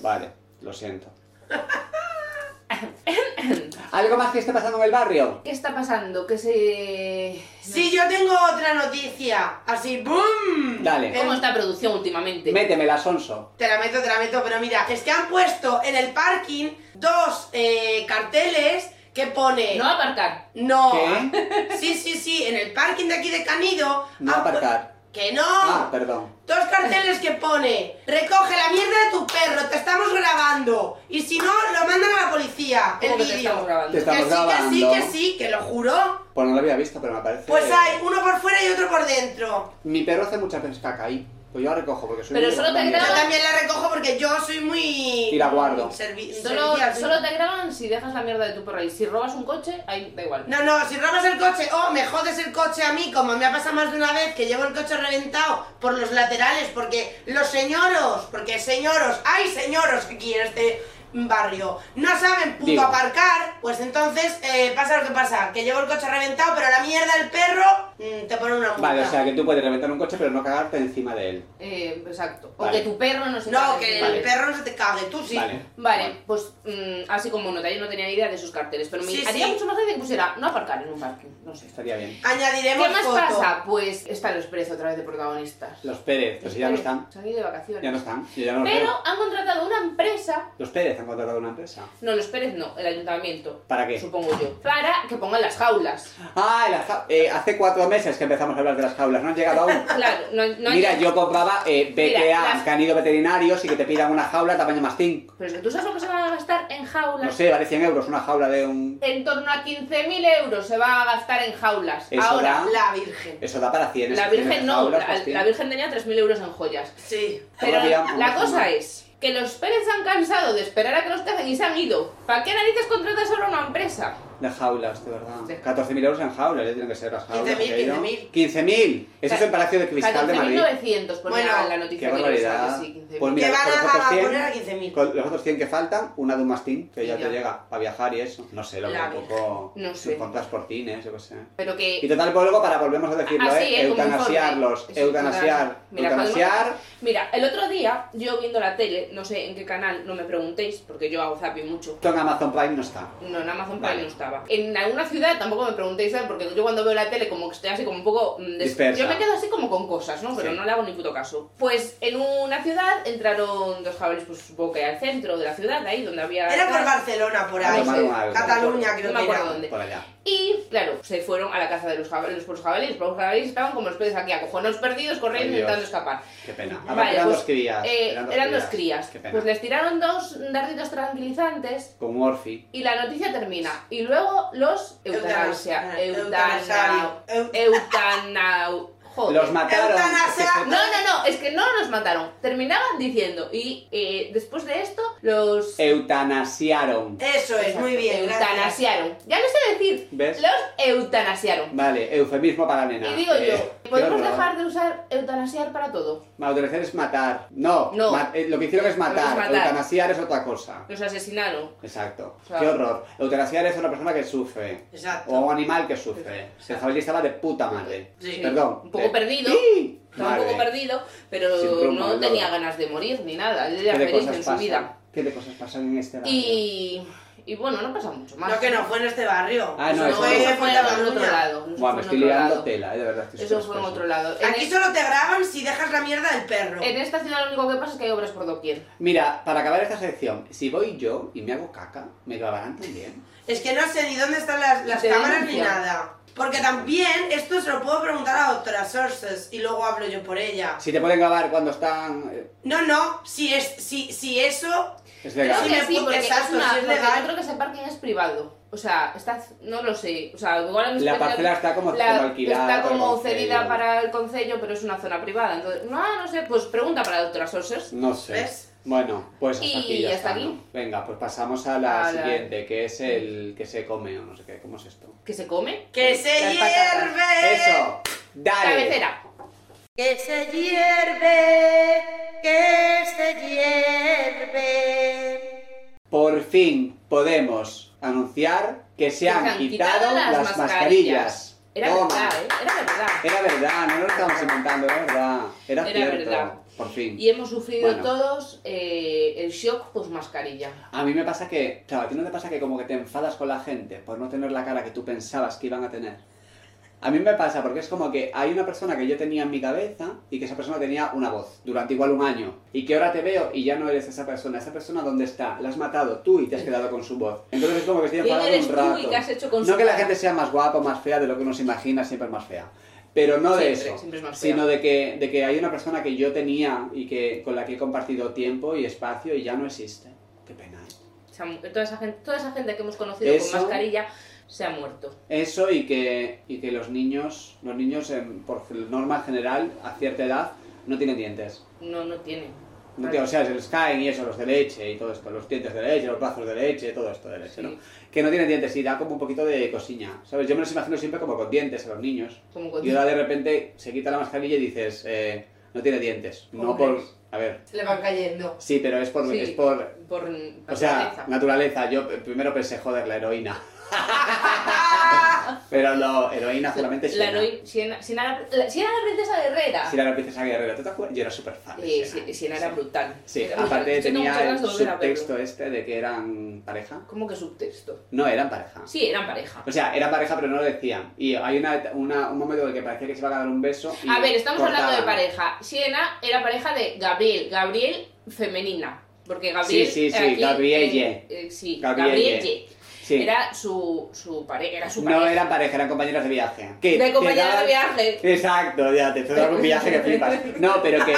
[SPEAKER 2] vale, lo siento. ¿Algo más que esté pasando en el barrio?
[SPEAKER 3] ¿Qué está pasando? Que se...
[SPEAKER 1] Sí, yo tengo otra noticia. Así, ¡boom!
[SPEAKER 2] Dale.
[SPEAKER 1] Eh,
[SPEAKER 3] ¿Cómo está producción últimamente?
[SPEAKER 2] Métemela, Sonso.
[SPEAKER 1] Te la meto, te la meto, pero mira, es que han puesto en el parking dos eh, carteles que pone...
[SPEAKER 3] No aparcar.
[SPEAKER 1] No.
[SPEAKER 2] ¿Qué?
[SPEAKER 1] Sí, sí, sí, en el parking de aquí de Canido...
[SPEAKER 2] No
[SPEAKER 1] han pu-
[SPEAKER 2] aparcar.
[SPEAKER 1] ¡Que no!
[SPEAKER 2] Ah, perdón.
[SPEAKER 1] Dos carteles que pone, recoge la mierda de tu perro, te estamos grabando. Y si no, lo mandan a la policía,
[SPEAKER 3] ¿Cómo
[SPEAKER 1] el
[SPEAKER 3] que te estamos
[SPEAKER 1] vídeo.
[SPEAKER 3] grabando?
[SPEAKER 2] Te está-
[SPEAKER 1] Que
[SPEAKER 2] Estamos
[SPEAKER 1] sí, que sí,
[SPEAKER 2] grabando.
[SPEAKER 1] que sí, que lo juro.
[SPEAKER 2] Pues no lo había visto, pero me parece.
[SPEAKER 1] Pues hay uno por fuera y otro por dentro.
[SPEAKER 2] Mi perro hace muchas veces caca ahí. Pues yo la recojo porque soy.
[SPEAKER 3] Pero
[SPEAKER 2] muy
[SPEAKER 3] solo te
[SPEAKER 2] grande.
[SPEAKER 1] Yo
[SPEAKER 3] graba-
[SPEAKER 1] también la recojo porque yo soy muy...
[SPEAKER 2] Y la guardo.
[SPEAKER 1] servi-
[SPEAKER 3] Solo,
[SPEAKER 1] servicial, soy-
[SPEAKER 3] solo te graban si dejas la mierda de tu perro ahí. Si robas un coche, ahí da igual.
[SPEAKER 1] No, no, si robas el coche o me jodes el coche a mí, como me ha pasado más de una vez que llevo el coche reventado por los laterales, porque los señoros, porque señoros, hay señoros aquí en este barrio, no saben puto
[SPEAKER 2] Digo.
[SPEAKER 1] aparcar, pues entonces eh, pasa lo que pasa, que llevo el coche reventado, pero la mierda del perro mm, te pone una multa.
[SPEAKER 2] Vale, o sea que tú puedes reventar un coche, pero no cagarte encima de él.
[SPEAKER 3] Eh, exacto. O
[SPEAKER 2] Vale.
[SPEAKER 3] que tu perro no se
[SPEAKER 1] No,
[SPEAKER 3] cague
[SPEAKER 1] que
[SPEAKER 3] encima de
[SPEAKER 1] el
[SPEAKER 3] él.
[SPEAKER 1] perro no se te cague, tú sí.
[SPEAKER 2] Vale.
[SPEAKER 3] Vale, pues mm, así como nota, yo no tenía ni idea de esos carteles, pero me
[SPEAKER 1] Sí,
[SPEAKER 3] haría
[SPEAKER 1] sí.
[SPEAKER 3] mucho más gracia que pusiera no aparcar en un parking, no sé.
[SPEAKER 2] Estaría bien.
[SPEAKER 1] Añadiremos
[SPEAKER 3] ¿Qué más
[SPEAKER 1] foto.
[SPEAKER 3] pasa? Pues están los Pérez otra vez de protagonistas. Eh,
[SPEAKER 2] Los Pérez, pues ya no están.
[SPEAKER 3] Se han ido de vacaciones.
[SPEAKER 2] Ya no están. Yo ya no los veo.
[SPEAKER 3] Pero han contratado una empresa,
[SPEAKER 2] Los Pérez han contratado una empresa.
[SPEAKER 3] no, los Pérez no, el ayuntamiento,
[SPEAKER 2] ¿Para qué?
[SPEAKER 3] supongo yo, para que pongan las jaulas.
[SPEAKER 2] Ah, las ja- eh, hace cuatro meses que empezamos a hablar de las jaulas, no han llegado aún.
[SPEAKER 3] Claro, no, no hay-
[SPEAKER 2] Mira, yo compraba eh,
[SPEAKER 3] Mira,
[SPEAKER 2] BTA,
[SPEAKER 3] las-
[SPEAKER 2] que han ido veterinarios y que te pidan una jaula tamaño más 5.
[SPEAKER 3] Pero es que tú sabes lo que se van a gastar en jaulas.
[SPEAKER 2] No sé, vale 100 euros una jaula de un...
[SPEAKER 3] En torno a 15.000 euros se va a gastar en jaulas.
[SPEAKER 2] Eso
[SPEAKER 3] Ahora,
[SPEAKER 2] da-
[SPEAKER 1] La Virgen.
[SPEAKER 2] Eso da para 100.
[SPEAKER 3] la
[SPEAKER 2] eso tiene
[SPEAKER 3] Virgen
[SPEAKER 2] de
[SPEAKER 3] no,
[SPEAKER 2] jaulas,
[SPEAKER 3] la,
[SPEAKER 2] pues, tiene.
[SPEAKER 3] la Virgen tenía 3.000 euros en joyas.
[SPEAKER 1] Sí.
[SPEAKER 3] Pero
[SPEAKER 2] Todavía
[SPEAKER 3] la,
[SPEAKER 2] no
[SPEAKER 3] la
[SPEAKER 2] hacen
[SPEAKER 3] cosa
[SPEAKER 2] nada.
[SPEAKER 3] es que los Pérez se han cansado de esperar a que los cacen y se han ido. ¿Para qué narices contratas ahora una empresa?
[SPEAKER 2] De jaulas, de verdad.
[SPEAKER 3] Sí.
[SPEAKER 2] 14.000 euros en jaulas, ya tienen que ser las
[SPEAKER 1] 15.000,
[SPEAKER 2] jaulas. que he ido.
[SPEAKER 1] 15.000.
[SPEAKER 2] 15.000. Eso es el Palacio de Cristal de Madrid.
[SPEAKER 3] 14.900 ponía
[SPEAKER 1] Bueno,
[SPEAKER 3] la noticia
[SPEAKER 2] qué
[SPEAKER 3] que
[SPEAKER 2] barbaridad.
[SPEAKER 3] sí, 15.000.
[SPEAKER 2] Pues
[SPEAKER 1] que
[SPEAKER 2] mira,
[SPEAKER 1] van
[SPEAKER 2] con los
[SPEAKER 1] a,
[SPEAKER 2] otros
[SPEAKER 1] a
[SPEAKER 2] 100,
[SPEAKER 1] poner a 15.000.
[SPEAKER 2] Con los otros 100 que faltan, una de un mastín, que
[SPEAKER 3] Y
[SPEAKER 2] ya,
[SPEAKER 3] ya.
[SPEAKER 2] te llega para viajar y eso. No sé, lo
[SPEAKER 1] La
[SPEAKER 2] veo un poco...
[SPEAKER 3] No sé.
[SPEAKER 2] Con transportines, yo qué sé.
[SPEAKER 3] Pero
[SPEAKER 2] Y
[SPEAKER 3] que...
[SPEAKER 2] total, pues luego para, volvemos a decirlo,
[SPEAKER 3] Así,
[SPEAKER 2] ¿eh?
[SPEAKER 3] ¿eh? Como
[SPEAKER 2] Eutanasiarlos,
[SPEAKER 3] informe. Sí,
[SPEAKER 2] eutanasiar,
[SPEAKER 3] claro. Mira,
[SPEAKER 2] eutanasiar,
[SPEAKER 3] podemos- Mira, el otro día yo viendo la tele, no sé en qué canal, no me preguntéis, porque yo hago zapping mucho.
[SPEAKER 2] esto en Amazon Prime no está.
[SPEAKER 3] No, en Amazon
[SPEAKER 2] Vale.
[SPEAKER 3] Prime no estaba. En alguna ciudad tampoco me preguntéis, ¿sabes? Porque yo cuando veo la tele como que estoy así como un poco... mm, des-
[SPEAKER 2] Dispersa.
[SPEAKER 3] Yo me quedo así como con cosas, ¿no? Pero
[SPEAKER 2] Sí.
[SPEAKER 3] no le hago ni puto caso. Pues en una ciudad entraron dos jabalíes, pues supongo que al centro de la ciudad, ahí donde había...
[SPEAKER 1] Era por Barcelona, por
[SPEAKER 2] A
[SPEAKER 1] ahí.
[SPEAKER 2] tomar algo.
[SPEAKER 1] Cataluña, creo
[SPEAKER 3] No me
[SPEAKER 1] que era.
[SPEAKER 3] acuerdo dónde.
[SPEAKER 2] Por allá.
[SPEAKER 3] Y, claro, se fueron a la caza de los, jab- los pobres jabalíes. Los pobres jabalíes estaban como los peces aquí, acojonados perdidos, corriendo,
[SPEAKER 2] Ay, Dios.
[SPEAKER 3] intentando escapar.
[SPEAKER 2] Qué pena.
[SPEAKER 3] Vale,
[SPEAKER 2] Aparte eran
[SPEAKER 3] pues,
[SPEAKER 2] dos crías.
[SPEAKER 3] Eh,
[SPEAKER 2] eran dos crías. Qué pena.
[SPEAKER 3] Pues les tiraron dos darditos tranquilizantes
[SPEAKER 2] Con Morphy.
[SPEAKER 3] y la noticia termina. Y luego los eutanasia. ah, Eutanasia.
[SPEAKER 1] Eutanasario. Eu-
[SPEAKER 3] Eutanau. Joder.
[SPEAKER 2] Los mataron.
[SPEAKER 1] Eutanasia.
[SPEAKER 2] Es que
[SPEAKER 3] no,
[SPEAKER 2] se-
[SPEAKER 3] no, no, es que no los mataron. Terminaban diciendo, y eh, después de esto,
[SPEAKER 2] Eh,
[SPEAKER 3] los
[SPEAKER 2] Eutanasiaron.
[SPEAKER 1] Eso es, muy bien. gracias.
[SPEAKER 3] eutanasiaron. Ya lo sé decir,
[SPEAKER 2] ¿Ves?
[SPEAKER 3] los eutanasiaron.
[SPEAKER 2] Vale, eufemismo para nena.
[SPEAKER 3] Y digo
[SPEAKER 2] Eh, qué
[SPEAKER 3] yo, ¿podemos
[SPEAKER 2] horror.
[SPEAKER 3] dejar de usar eutanasiar para todo?
[SPEAKER 2] Eutanasiar es matar. No,
[SPEAKER 3] No.
[SPEAKER 2] ma- eh, lo que hicieron es matar.
[SPEAKER 3] matar.
[SPEAKER 2] Eutanasiar es otra cosa.
[SPEAKER 3] Los asesinaron.
[SPEAKER 2] Exacto.
[SPEAKER 3] Claro.
[SPEAKER 2] Qué horror. Eutanasiar es una persona que sufre.
[SPEAKER 1] Exacto.
[SPEAKER 2] O un animal que sufre. El jabalí estaba de puta madre.
[SPEAKER 1] Sí.
[SPEAKER 2] Perdón.
[SPEAKER 3] Un poco
[SPEAKER 2] de-
[SPEAKER 3] perdido.
[SPEAKER 2] ¡Sí!
[SPEAKER 3] Estaba un
[SPEAKER 2] Madre,
[SPEAKER 3] poco perdido, pero
[SPEAKER 2] Sin rumbo,
[SPEAKER 3] no
[SPEAKER 2] el
[SPEAKER 3] tenía
[SPEAKER 2] loro.
[SPEAKER 3] ganas de morir ni nada. Él era
[SPEAKER 2] ¿Qué de
[SPEAKER 3] feliz
[SPEAKER 2] cosas
[SPEAKER 3] en su
[SPEAKER 2] pasan?
[SPEAKER 3] vida.
[SPEAKER 2] ¿Qué de cosas pasan en este barrio?
[SPEAKER 3] Y, Y bueno, no pasa mucho más.
[SPEAKER 1] No, que no fue en este barrio.
[SPEAKER 2] Ah,
[SPEAKER 1] Eso
[SPEAKER 2] no, eso
[SPEAKER 1] fue,
[SPEAKER 2] no.
[SPEAKER 1] fue
[SPEAKER 3] fue
[SPEAKER 1] en
[SPEAKER 3] en otro
[SPEAKER 1] Cataluña.
[SPEAKER 3] lado. eso
[SPEAKER 2] Buah,
[SPEAKER 3] fue
[SPEAKER 2] me
[SPEAKER 3] en
[SPEAKER 2] estoy
[SPEAKER 3] otro
[SPEAKER 2] liando
[SPEAKER 3] lado.
[SPEAKER 2] tela, eh, de verdad. estoy
[SPEAKER 3] Eso
[SPEAKER 2] súper
[SPEAKER 3] fue en
[SPEAKER 2] expreso.
[SPEAKER 3] otro lado. En este
[SPEAKER 1] Aquí
[SPEAKER 3] el-
[SPEAKER 1] solo te graban si dejas la mierda del perro.
[SPEAKER 3] En esta ciudad lo único que pasa es que hay obras por doquier.
[SPEAKER 2] Mira, para acabar esta sección, si voy yo y me hago caca, me grabarán también.
[SPEAKER 1] Es que no sé ni dónde están las, las
[SPEAKER 3] Te
[SPEAKER 1] cámaras ni
[SPEAKER 3] denuncia.
[SPEAKER 1] nada. Porque también esto se lo puedo preguntar a otras sources y luego hablo yo por ella.
[SPEAKER 2] Si te pueden grabar cuando están. eh,
[SPEAKER 1] No, no, si, es, si, si eso
[SPEAKER 2] Es
[SPEAKER 3] Creo
[SPEAKER 2] legal.
[SPEAKER 1] Sí,
[SPEAKER 3] que
[SPEAKER 1] me
[SPEAKER 3] sí,
[SPEAKER 1] pu-
[SPEAKER 3] porque
[SPEAKER 1] exacto,
[SPEAKER 3] es una,
[SPEAKER 1] sí es
[SPEAKER 3] porque
[SPEAKER 1] legal.
[SPEAKER 3] yo creo que ese parking es privado. O sea, está, no lo sé. O sea, igual en
[SPEAKER 2] La
[SPEAKER 3] España-
[SPEAKER 2] parcela está como,
[SPEAKER 3] la-
[SPEAKER 2] como alquilada.
[SPEAKER 3] está
[SPEAKER 2] por el
[SPEAKER 3] como
[SPEAKER 2] concello.
[SPEAKER 3] cedida para el concello, pero es una zona privada. Entonces, no, no sé, pues pregunta para la doctora Sorsers.
[SPEAKER 2] No sé.
[SPEAKER 1] ¿Ves?
[SPEAKER 2] Bueno, pues hasta
[SPEAKER 3] Y
[SPEAKER 2] aquí. ya
[SPEAKER 3] hasta
[SPEAKER 2] está,
[SPEAKER 3] aquí.
[SPEAKER 2] ¿no? Venga, pues pasamos a la
[SPEAKER 3] A la-
[SPEAKER 2] siguiente, que es el que se come o no sé qué. ¿Cómo es esto?
[SPEAKER 3] ¿Que se come?
[SPEAKER 1] que se
[SPEAKER 2] Las patatas.
[SPEAKER 1] hierve.
[SPEAKER 2] Eso. Dale.
[SPEAKER 3] Eh, Cabecera.
[SPEAKER 4] Que se hierve, que se hierve.
[SPEAKER 2] Por fin podemos anunciar que se han, quitado, las, mascarillas.
[SPEAKER 3] Era
[SPEAKER 2] Toma.
[SPEAKER 3] verdad, ¿eh? Era verdad.
[SPEAKER 2] Era verdad, no lo estábamos inventando, era verdad. Era,
[SPEAKER 3] Era
[SPEAKER 2] cierto.
[SPEAKER 3] verdad.
[SPEAKER 2] Por fin.
[SPEAKER 3] Y hemos sufrido
[SPEAKER 2] Bueno.
[SPEAKER 3] todos eh, el shock post mascarilla.
[SPEAKER 2] A mí me pasa que, claro, a ti no te pasa que como que te enfadas con la gente por no tener la cara que tú pensabas que iban a tener. A mí me pasa porque es como que hay una persona que yo tenía en mi cabeza y que esa persona tenía una voz durante igual un año y que ahora te veo y ya no eres esa persona. Esa persona dónde está? La has matado tú y te has quedado con su voz. Entonces es como que estoy
[SPEAKER 3] ¿Quién
[SPEAKER 2] enfadado
[SPEAKER 3] eres
[SPEAKER 2] un
[SPEAKER 3] tú
[SPEAKER 2] rato.
[SPEAKER 3] y qué has hecho con
[SPEAKER 2] No
[SPEAKER 3] su
[SPEAKER 2] que la
[SPEAKER 3] cara?
[SPEAKER 2] gente sea más guapa o más fea de lo que uno se imagina, siempre es más fea. Pero no de
[SPEAKER 3] Siempre,
[SPEAKER 2] eso,
[SPEAKER 3] siempre es más fea.
[SPEAKER 2] sino de que, de que hay una persona que yo tenía y que con la que he compartido tiempo y espacio y ya no existe. Qué pena. ¿eh?
[SPEAKER 3] O sea, toda, esa gente, toda esa gente que hemos conocido
[SPEAKER 2] Eso.
[SPEAKER 3] con mascarilla se ha muerto.
[SPEAKER 2] Eso y que, y que los niños, los niños em, por norma general, a cierta edad, no tienen dientes.
[SPEAKER 3] No, no tiene.
[SPEAKER 2] No tienen- o sea, se les caen y eso, los de leche y todo esto, los dientes de leche, los brazos de leche, todo esto de leche,
[SPEAKER 3] Sí,
[SPEAKER 2] ¿no? Que no tienen dientes y da como un poquito de cosiña, ¿sabes? Yo me los imagino siempre como con dientes a los niños.
[SPEAKER 3] como
[SPEAKER 2] Y
[SPEAKER 3] cuando-
[SPEAKER 2] ahora de repente se quita la mascarilla y dices, eh, no tiene dientes. No
[SPEAKER 3] ¿Cómo
[SPEAKER 2] por...
[SPEAKER 3] crees?
[SPEAKER 2] A ver,
[SPEAKER 1] Le van cayendo.
[SPEAKER 2] sí, pero es por...
[SPEAKER 3] Sí.
[SPEAKER 2] Es por
[SPEAKER 3] por
[SPEAKER 2] o sea,
[SPEAKER 3] naturaleza.
[SPEAKER 2] naturaleza. Yo primero pensé, joder, la heroína. pero la heroína solamente es...
[SPEAKER 3] la
[SPEAKER 2] una.
[SPEAKER 3] heroína. Siena, Siena era- la, Siena era la princesa guerrera.
[SPEAKER 2] Siena la princesa guerrera, ¿tú te acuerdas? Yo era súper fan.
[SPEAKER 3] Eh, Si- Siena era brutal.
[SPEAKER 2] Sí,
[SPEAKER 3] Era brutal.
[SPEAKER 2] aparte
[SPEAKER 3] Yo tengo muchas
[SPEAKER 2] tenía el
[SPEAKER 3] ganas de volver a verlo.
[SPEAKER 2] subtexto este de que eran pareja.
[SPEAKER 3] ¿Cómo que subtexto?
[SPEAKER 2] No, eran pareja.
[SPEAKER 3] Sí, eran pareja.
[SPEAKER 2] O sea, eran pareja, pero no lo decían. Y hay una, una- un momento en el que parecía que se iban a dar un beso. y
[SPEAKER 3] A ver, estamos hablando de
[SPEAKER 2] cortaban.
[SPEAKER 3] pareja. Siena era pareja de Gabriel. Gabriel femenina. Porque Gabriel.
[SPEAKER 2] Sí, sí, sí,
[SPEAKER 3] aquí,
[SPEAKER 2] Gabrielle.
[SPEAKER 3] eh, eh, sí,
[SPEAKER 2] Gabrielle.
[SPEAKER 3] Gabrielle.
[SPEAKER 2] Sí.
[SPEAKER 3] Era su, su pareja. Era su
[SPEAKER 2] no
[SPEAKER 3] pareja.
[SPEAKER 2] eran pareja, eran compañeras de viaje. Que
[SPEAKER 3] de
[SPEAKER 2] te
[SPEAKER 3] compañera
[SPEAKER 2] daban-
[SPEAKER 3] de viaje.
[SPEAKER 2] Exacto, ya, te daban un viaje que flipas. No, pero que.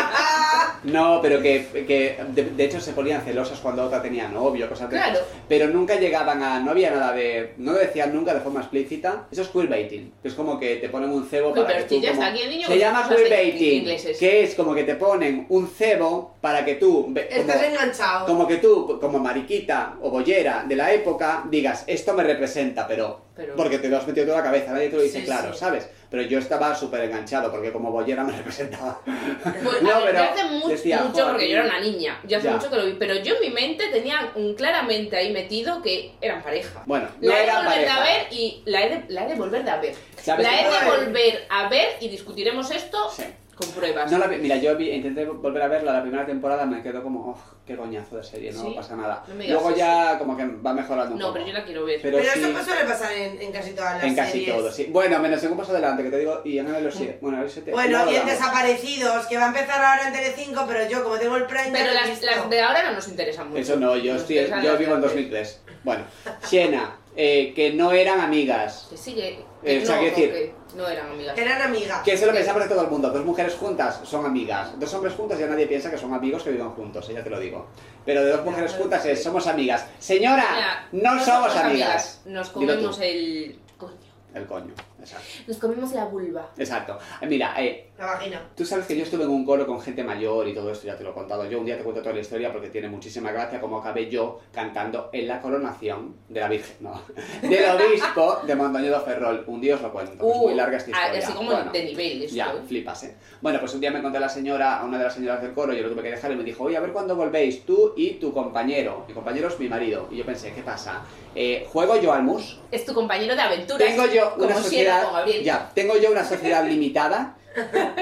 [SPEAKER 2] No, pero que. que de, de hecho, se ponían celosas cuando otra tenía novio, cosas de
[SPEAKER 3] Claro.
[SPEAKER 2] pero nunca llegaban a. No había nada de. No lo decían nunca de forma explícita. Eso es queerbaiting. que Es como que te ponen un cebo
[SPEAKER 3] Uy,
[SPEAKER 2] para
[SPEAKER 3] pero
[SPEAKER 2] que tú.
[SPEAKER 3] si ya
[SPEAKER 2] como-
[SPEAKER 3] está aquí el niño
[SPEAKER 2] se
[SPEAKER 3] con
[SPEAKER 2] llama
[SPEAKER 3] sus cosas en- en
[SPEAKER 2] queerbaiting.
[SPEAKER 3] ingleses.
[SPEAKER 2] Que es como que te ponen un cebo para que tú. ve-
[SPEAKER 1] Estás
[SPEAKER 2] como-
[SPEAKER 1] enganchado.
[SPEAKER 2] Como que tú, como mariquita o bollera de la época, digas, esto me representa, pero...
[SPEAKER 3] Pero-
[SPEAKER 2] Porque te lo has metido toda la cabeza, nadie te lo dice
[SPEAKER 1] Sí,
[SPEAKER 2] claro,
[SPEAKER 1] sí.
[SPEAKER 2] ¿sabes? Pero yo estaba súper enganchado, porque como bollera me representaba.
[SPEAKER 3] Pues,
[SPEAKER 2] No,
[SPEAKER 3] a ver,
[SPEAKER 2] pero
[SPEAKER 3] yo hace mu-
[SPEAKER 2] decía,
[SPEAKER 3] mucho, porque
[SPEAKER 2] "Joder".
[SPEAKER 3] yo era una niña, yo hace
[SPEAKER 2] Ya.
[SPEAKER 3] mucho que lo vi, pero yo en mi mente tenía mm, claramente ahí metido que eran pareja.
[SPEAKER 2] Bueno, no
[SPEAKER 3] La he de
[SPEAKER 2] era
[SPEAKER 3] volver
[SPEAKER 2] pareja.
[SPEAKER 3] a ver y la he de, la he de volver a ver.
[SPEAKER 2] ¿Sabes
[SPEAKER 3] La
[SPEAKER 2] qué
[SPEAKER 3] he de
[SPEAKER 2] pasa?
[SPEAKER 3] volver a ver y discutiremos esto
[SPEAKER 2] Sí.
[SPEAKER 3] con pruebas.
[SPEAKER 2] No la vi- mira, yo vi- intenté volver a verla la primera temporada, me quedó como, oh, qué coñazo de serie, no
[SPEAKER 3] Sí.
[SPEAKER 2] pasa nada.
[SPEAKER 3] No me digas
[SPEAKER 2] Luego
[SPEAKER 3] eso.
[SPEAKER 2] ya como que va mejorando un
[SPEAKER 3] No,
[SPEAKER 2] poco.
[SPEAKER 3] pero yo la quiero ver.
[SPEAKER 2] Pero
[SPEAKER 1] Pero
[SPEAKER 2] sí,
[SPEAKER 1] eso pues suele pasar en, en casi todas las
[SPEAKER 2] en casi
[SPEAKER 1] series.
[SPEAKER 2] todo, sí. Bueno, menos en un paso adelante, que te digo, y en el 7. Bueno, en el 7.
[SPEAKER 1] Bueno, y en Desaparecidos, que va a empezar ahora en Telecinco, pero yo como tengo el Prime... ya
[SPEAKER 3] Pero
[SPEAKER 1] lo he
[SPEAKER 3] las,
[SPEAKER 1] visto.
[SPEAKER 3] las de ahora no nos interesan mucho.
[SPEAKER 2] Eso no, yo,
[SPEAKER 3] Nos
[SPEAKER 2] estoy,
[SPEAKER 3] interesan
[SPEAKER 2] yo
[SPEAKER 3] las
[SPEAKER 2] vivo en
[SPEAKER 3] de
[SPEAKER 2] 2003. Bueno, Siena, eh, que no eran amigas.
[SPEAKER 3] Que sigue.
[SPEAKER 2] Eh, o sea,
[SPEAKER 3] no,
[SPEAKER 2] quiero decir-
[SPEAKER 3] que no eran amigas.
[SPEAKER 1] Eran amigas.
[SPEAKER 2] Que eso lo pensamos de todo el mundo. Dos mujeres juntas son amigas. Dos hombres juntos ya nadie piensa que son amigos que viven juntos, eh, ya te lo digo. Pero de dos mujeres juntas es somos amigas. Señora,
[SPEAKER 3] Mira,
[SPEAKER 2] no somos amigas.
[SPEAKER 3] Nos
[SPEAKER 2] Dilo tú.
[SPEAKER 3] comemos el. Coño.
[SPEAKER 2] El coño, exacto.
[SPEAKER 3] Nos comemos la vulva.
[SPEAKER 2] Exacto. Eh, Mira, eh,
[SPEAKER 1] La vagina.
[SPEAKER 2] tú sabes que yo estuve en un coro con gente mayor y todo esto, ya te lo he contado yo. Un día te cuento toda la historia porque tiene muchísima gracia como acabé yo cantando en la coronación de la Virgen, no, del obispo de Montañedo Ferrol. Un día os lo cuento, que es muy
[SPEAKER 3] Uh,
[SPEAKER 2] larga esta
[SPEAKER 3] ah,
[SPEAKER 2] historia.
[SPEAKER 3] Así como
[SPEAKER 2] Bueno.
[SPEAKER 3] de nivel. Esto.
[SPEAKER 2] Ya, flipas, ¿eh? Bueno, pues un día me encontré a la señora, a una de las señoras del coro, yo lo tuve que dejar y me dijo, oye, a ver cuándo volvéis, tú y tu compañero. Mi compañero es mi marido. Y yo pensé, ¿qué pasa? Eh, ¿Juego yo al mus?
[SPEAKER 3] Es tu compañero de aventuras.
[SPEAKER 2] Tengo yo
[SPEAKER 3] como
[SPEAKER 2] una
[SPEAKER 3] si era
[SPEAKER 2] sociedad...
[SPEAKER 3] con Gabriel.
[SPEAKER 2] Ya, tengo yo una sociedad limitada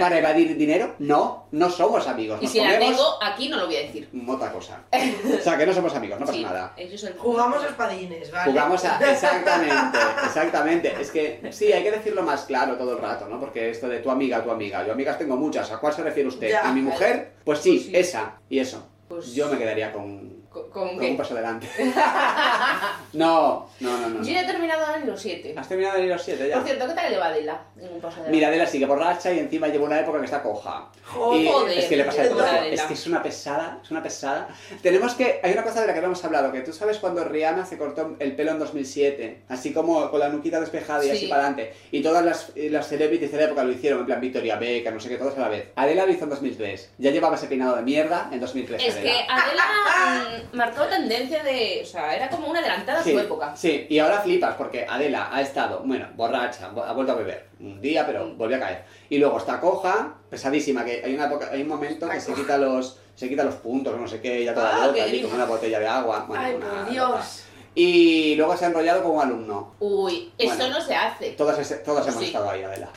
[SPEAKER 2] para evadir dinero. No, no somos amigos.
[SPEAKER 3] Y
[SPEAKER 2] Nos
[SPEAKER 3] si la
[SPEAKER 2] comemos
[SPEAKER 3] tengo, aquí no lo voy a decir.
[SPEAKER 2] otra cosa. O sea, que no somos amigos, no pasa
[SPEAKER 3] Sí,
[SPEAKER 2] nada.
[SPEAKER 3] ellos son-
[SPEAKER 1] Jugamos a espadines, ¿vale?
[SPEAKER 2] Jugamos a... Exactamente, exactamente. Es que sí, hay que decirlo más claro todo el rato, ¿no? Porque esto de tu amiga, tu amiga. Yo amigas tengo muchas. ¿A cuál se refiere usted?
[SPEAKER 1] Ya,
[SPEAKER 2] ¿A mi
[SPEAKER 3] vale.
[SPEAKER 2] mujer? Pues sí,
[SPEAKER 3] Pues sí.
[SPEAKER 2] esa. Y eso.
[SPEAKER 3] Pues-
[SPEAKER 2] Yo me quedaría con...
[SPEAKER 3] Co- ¿Con
[SPEAKER 2] con un
[SPEAKER 3] qué?
[SPEAKER 2] paso adelante. no, no, no, no.
[SPEAKER 3] Yo
[SPEAKER 2] no.
[SPEAKER 3] ya he terminado en los 7.
[SPEAKER 2] ¿Has terminado de leer los siete Ah, ya?
[SPEAKER 3] Por cierto, ¿qué tal le va Adela? En un paso de
[SPEAKER 2] Mira, Adela sigue borracha y encima lleva una época que está coja.
[SPEAKER 3] Oh,
[SPEAKER 1] Joder.
[SPEAKER 2] Y es que le pasa de todo.
[SPEAKER 1] Pobre
[SPEAKER 2] Es que es una pesada, es una pesada. Tenemos que. Hay una cosa de la que no hemos hablado, que tú sabes cuando Rihanna se cortó el pelo en 2007, así como con la nuquita despejada y
[SPEAKER 3] Sí.
[SPEAKER 2] así para adelante. Y todas las, eh, las celebrities de la época lo hicieron, en plan Victoria Beckham, no sé qué, todas a la vez. Adela lo hizo en 2003. Ya llevaba ese peinado de mierda en 2003.
[SPEAKER 3] Es que
[SPEAKER 2] Adela.
[SPEAKER 3] Adela mm, marcó tendencia de. O sea, era como una adelantada a
[SPEAKER 2] Sí,
[SPEAKER 3] su época.
[SPEAKER 2] sí, y ahora flipas porque Adela ha estado, bueno, borracha, bo- ha vuelto a beber un día, pero volvió a caer. Y luego está coja, pesadísima, que hay, una época- hay un momento que se quita los se quita los puntos, no sé qué, ya toda
[SPEAKER 3] Ah,
[SPEAKER 2] loca,
[SPEAKER 3] qué
[SPEAKER 2] allí como una botella de agua. bueno,
[SPEAKER 1] Ay,
[SPEAKER 2] una
[SPEAKER 1] por
[SPEAKER 2] loca.
[SPEAKER 1] Dios.
[SPEAKER 2] Y luego se ha enrollado como alumno.
[SPEAKER 3] Uy, eso
[SPEAKER 2] Bueno.
[SPEAKER 3] no se hace.
[SPEAKER 2] Todas, ese- todas hemos
[SPEAKER 3] Sí.
[SPEAKER 2] estado ahí, Adela.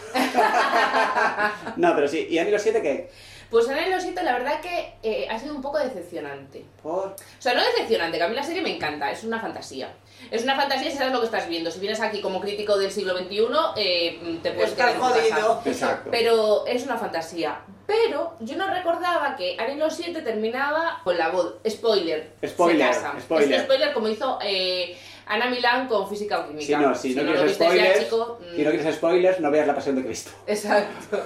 [SPEAKER 2] no, pero sí. ¿Y a mí los siete qué?
[SPEAKER 3] Pues en el osito, la verdad que eh, ha sido un poco decepcionante.
[SPEAKER 2] Por...
[SPEAKER 3] O sea, no decepcionante, que a mí la serie me encanta, es una fantasía. Es una fantasía si sabes lo que estás viendo. Si vienes aquí como crítico del siglo XXI, eh, mm, te puedes
[SPEAKER 1] Estás
[SPEAKER 3] quedar en tu casa.
[SPEAKER 1] jodido.
[SPEAKER 2] Exacto.
[SPEAKER 3] Pero es una fantasía. Pero yo no recordaba que Ariel 7 terminaba con la voz. Spoiler.
[SPEAKER 2] Spoiler,
[SPEAKER 3] Se casan.
[SPEAKER 2] spoiler.
[SPEAKER 3] Es un spoiler como hizo eh, Ana Milán con Física o Química.
[SPEAKER 2] si no, si no,
[SPEAKER 3] lo
[SPEAKER 2] quieres
[SPEAKER 3] visteis ya,
[SPEAKER 2] spoilers,
[SPEAKER 3] chico, mm,
[SPEAKER 2] si no quieres spoilers, no veas la pasión de Cristo
[SPEAKER 3] Exacto.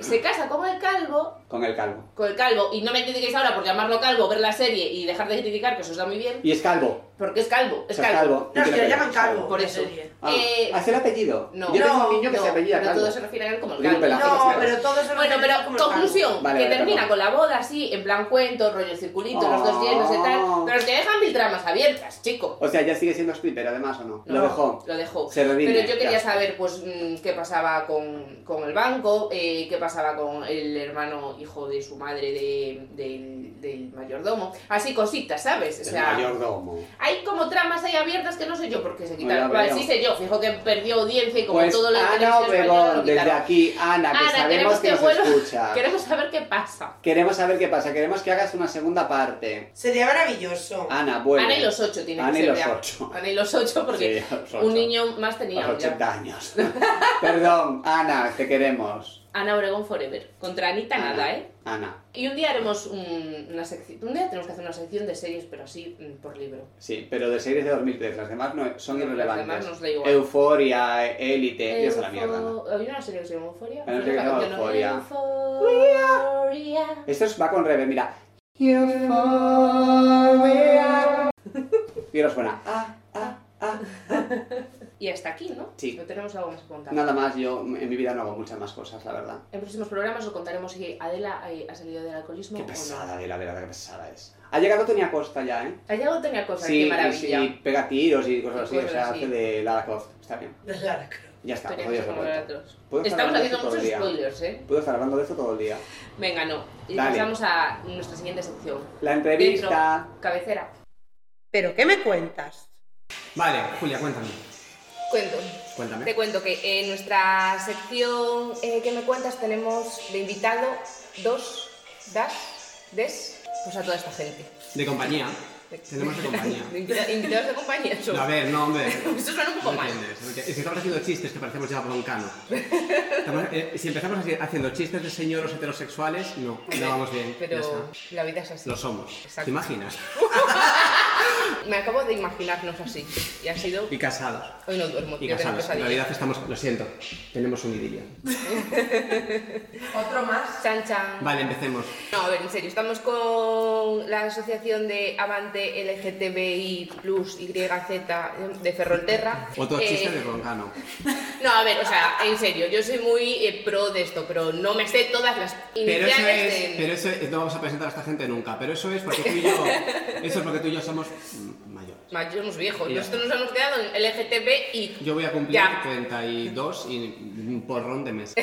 [SPEAKER 3] Se casa con el calvo
[SPEAKER 2] con el calvo.
[SPEAKER 3] con el calvo y no me critiquéis ahora por llamarlo calvo, ver la serie y dejar de criticar, que eso os da muy bien,
[SPEAKER 2] Y es calvo.
[SPEAKER 3] porque es calvo, es
[SPEAKER 2] O sea,
[SPEAKER 3] calvo.
[SPEAKER 1] No,
[SPEAKER 2] y
[SPEAKER 1] es que
[SPEAKER 2] tiene
[SPEAKER 1] le
[SPEAKER 2] pelo.
[SPEAKER 1] llaman calvo.
[SPEAKER 3] Por
[SPEAKER 1] la
[SPEAKER 3] eso.
[SPEAKER 1] serie.
[SPEAKER 2] Ah,
[SPEAKER 3] Eh,
[SPEAKER 2] ¿Hace el apellido?
[SPEAKER 3] No,
[SPEAKER 2] Yo tengo
[SPEAKER 1] No,
[SPEAKER 2] un niño que
[SPEAKER 3] no,
[SPEAKER 2] se apellida
[SPEAKER 3] pero
[SPEAKER 2] calvo.
[SPEAKER 3] todos se refieren a él como el
[SPEAKER 2] Tiene
[SPEAKER 3] calvo.
[SPEAKER 2] pelaje.
[SPEAKER 3] No,
[SPEAKER 1] No,
[SPEAKER 2] claro.
[SPEAKER 1] pero todo se
[SPEAKER 3] Bueno,
[SPEAKER 1] refiere como
[SPEAKER 3] pero
[SPEAKER 1] el calvo.
[SPEAKER 3] conclusión,
[SPEAKER 2] Vale,
[SPEAKER 3] que
[SPEAKER 2] vale,
[SPEAKER 3] termina
[SPEAKER 2] perdón.
[SPEAKER 3] con la boda así, en plan cuento, rollo circulito, los dos llenos y
[SPEAKER 2] Oh.
[SPEAKER 3] tal, pero te dejan mil tramas abiertas, chico.
[SPEAKER 2] O sea, ya sigue siendo stripper además, ¿o no? Lo
[SPEAKER 3] No,
[SPEAKER 2] dejó.
[SPEAKER 3] Lo dejó.
[SPEAKER 2] Se redime,
[SPEAKER 3] Pero yo quería
[SPEAKER 2] ya.
[SPEAKER 3] saber, pues, mm, qué pasaba con, con el banco, eh, qué pasaba con el hermano hijo de su madre de- del, del mayordomo. Así cositas, ¿sabes? O
[SPEAKER 2] El
[SPEAKER 3] sea,
[SPEAKER 2] mayordomo.
[SPEAKER 3] Hay como tramas ahí abiertas que no sé yo por qué se quitaron.
[SPEAKER 2] Bueno,
[SPEAKER 3] Vale,
[SPEAKER 2] veo.
[SPEAKER 3] sí sé yo, fijo que perdió audiencia y como
[SPEAKER 2] pues
[SPEAKER 3] todo lo de
[SPEAKER 2] Ana
[SPEAKER 3] televisión española lo
[SPEAKER 2] Obregón, desde
[SPEAKER 3] quitaron.
[SPEAKER 2] aquí, Ana, que
[SPEAKER 3] Ana,
[SPEAKER 2] sabemos
[SPEAKER 3] queremos
[SPEAKER 2] que,
[SPEAKER 3] que
[SPEAKER 2] nos
[SPEAKER 3] vuelva-
[SPEAKER 2] escucha.
[SPEAKER 3] Queremos saber qué pasa.
[SPEAKER 2] Queremos saber qué pasa, queremos que hagas una segunda parte.
[SPEAKER 1] Sería maravilloso.
[SPEAKER 2] Ana, vuelve.
[SPEAKER 3] Ana y los ocho tiene
[SPEAKER 2] Ana
[SPEAKER 3] que
[SPEAKER 2] y
[SPEAKER 3] ser.
[SPEAKER 2] los
[SPEAKER 3] ya.
[SPEAKER 2] ocho.
[SPEAKER 3] Ana y los ocho porque
[SPEAKER 2] Sí, los ocho.
[SPEAKER 3] un niño más
[SPEAKER 2] A
[SPEAKER 3] tenía.
[SPEAKER 2] los
[SPEAKER 3] ya.
[SPEAKER 2] 80 años. Perdón, Ana, te queremos.
[SPEAKER 3] Ana Obregón Forever. Contra Anita nada, ¿eh?
[SPEAKER 2] Ana,
[SPEAKER 3] Y un día haremos un- una sección. Un día tenemos que hacer una sección de series, pero así mm, por libro.
[SPEAKER 2] sí, pero de series de 2003, las demás no, son
[SPEAKER 3] No, las
[SPEAKER 2] irrelevantes.
[SPEAKER 3] demás nos da igual.
[SPEAKER 2] Euforia, Élite, y esa es la mierda. ¿no?
[SPEAKER 3] Eufo- Había una serie que se llama Euforia.
[SPEAKER 2] Hay una serie que se llama Euforia.
[SPEAKER 3] Euforia.
[SPEAKER 2] Esto es- va con revés, mira. Euforia. Y ahora suena. Ah, ah, ah.
[SPEAKER 3] Y hasta aquí, ¿no?
[SPEAKER 2] Sí.
[SPEAKER 3] No tenemos algo más que contar.
[SPEAKER 2] Nada más, yo en mi vida no hago muchas más cosas, la verdad.
[SPEAKER 3] En próximos programas os contaremos si Adela eh, ha salido del alcoholismo
[SPEAKER 2] Qué
[SPEAKER 3] o no.
[SPEAKER 2] pesada, de la verdad, qué pesada es. Ha llegado Tonia Costa ya, ¿eh?
[SPEAKER 3] Allá no tenía cosas,
[SPEAKER 2] Sí,
[SPEAKER 3] qué
[SPEAKER 2] y
[SPEAKER 3] maravilla.
[SPEAKER 2] sí, pega tiros y cosas así, o
[SPEAKER 3] Cosas
[SPEAKER 2] sea,
[SPEAKER 3] así.
[SPEAKER 2] hace de Lara Croft. Está bien.
[SPEAKER 1] Lara Croft.
[SPEAKER 2] Ya está,
[SPEAKER 3] Teníamos
[SPEAKER 2] puedo
[SPEAKER 3] que hablar atrás.
[SPEAKER 2] Puedo estar
[SPEAKER 3] Estamos
[SPEAKER 2] hablando de esto
[SPEAKER 3] haciendo
[SPEAKER 2] todo
[SPEAKER 3] muchos
[SPEAKER 2] el día.
[SPEAKER 3] spoilers, ¿eh?
[SPEAKER 2] Puedo estar hablando de esto todo el día.
[SPEAKER 3] Venga, no. Y
[SPEAKER 2] Dale.
[SPEAKER 3] pasamos a nuestra siguiente sección.
[SPEAKER 2] La entrevista.
[SPEAKER 3] Dentro, cabecera.
[SPEAKER 1] ¿Pero qué me cuentas?
[SPEAKER 6] Vale, Julia, cuéntame.
[SPEAKER 3] Cuento.
[SPEAKER 6] Cuéntame.
[SPEAKER 3] Te cuento que en nuestra sección eh, que me cuentas tenemos de invitado dos, das, des, pues a toda esta gente.
[SPEAKER 6] De compañía. Tenemos de compañía.
[SPEAKER 3] De invita- invitados de compañía. eso.
[SPEAKER 6] No, a ver, no, hombre.
[SPEAKER 3] Eso suena un poco
[SPEAKER 6] No
[SPEAKER 3] mal.
[SPEAKER 6] entiendes, no entiendes. Es que estamos haciendo chistes que parecemos ya broncano. Estamos- eh, si empezamos así, haciendo chistes de señoros heterosexuales, no, no vamos bien. ya
[SPEAKER 3] Pero
[SPEAKER 6] está.
[SPEAKER 3] la vida es así.
[SPEAKER 6] Lo somos.
[SPEAKER 3] Exacto.
[SPEAKER 6] ¿Te imaginas?
[SPEAKER 3] Me acabo de imaginarnos así. Y ha sido.
[SPEAKER 6] Y casados.
[SPEAKER 3] Hoy no duermo,
[SPEAKER 6] Y
[SPEAKER 3] yo tengo
[SPEAKER 6] casados. En
[SPEAKER 3] pesadillas.
[SPEAKER 6] realidad estamos, lo siento, tenemos un idilio.
[SPEAKER 1] Otro más.
[SPEAKER 3] Chan, chan.
[SPEAKER 6] Vale, empecemos.
[SPEAKER 3] No, a ver, en serio, estamos con la asociación de Avante LGTBI Plus YZ de Ferrolterra.
[SPEAKER 6] Otro
[SPEAKER 3] Eh,
[SPEAKER 6] chiste de broncano.
[SPEAKER 3] No, a ver, o sea, en serio, yo soy muy eh, pro de esto, pero no me sé todas las
[SPEAKER 6] Pero eso,
[SPEAKER 3] iniciales
[SPEAKER 6] es,
[SPEAKER 3] de-
[SPEAKER 6] pero eso es- no vamos a presentar a esta gente nunca, pero eso es porque tú y yo, eso es porque tú y yo somos mm, mayores.
[SPEAKER 3] Ma, yo somos viejos,
[SPEAKER 6] Ya.
[SPEAKER 3] nosotros nos hemos quedado en LGTBI.
[SPEAKER 6] Yo voy a cumplir
[SPEAKER 3] Ya.
[SPEAKER 6] 32 y un porrón de meses.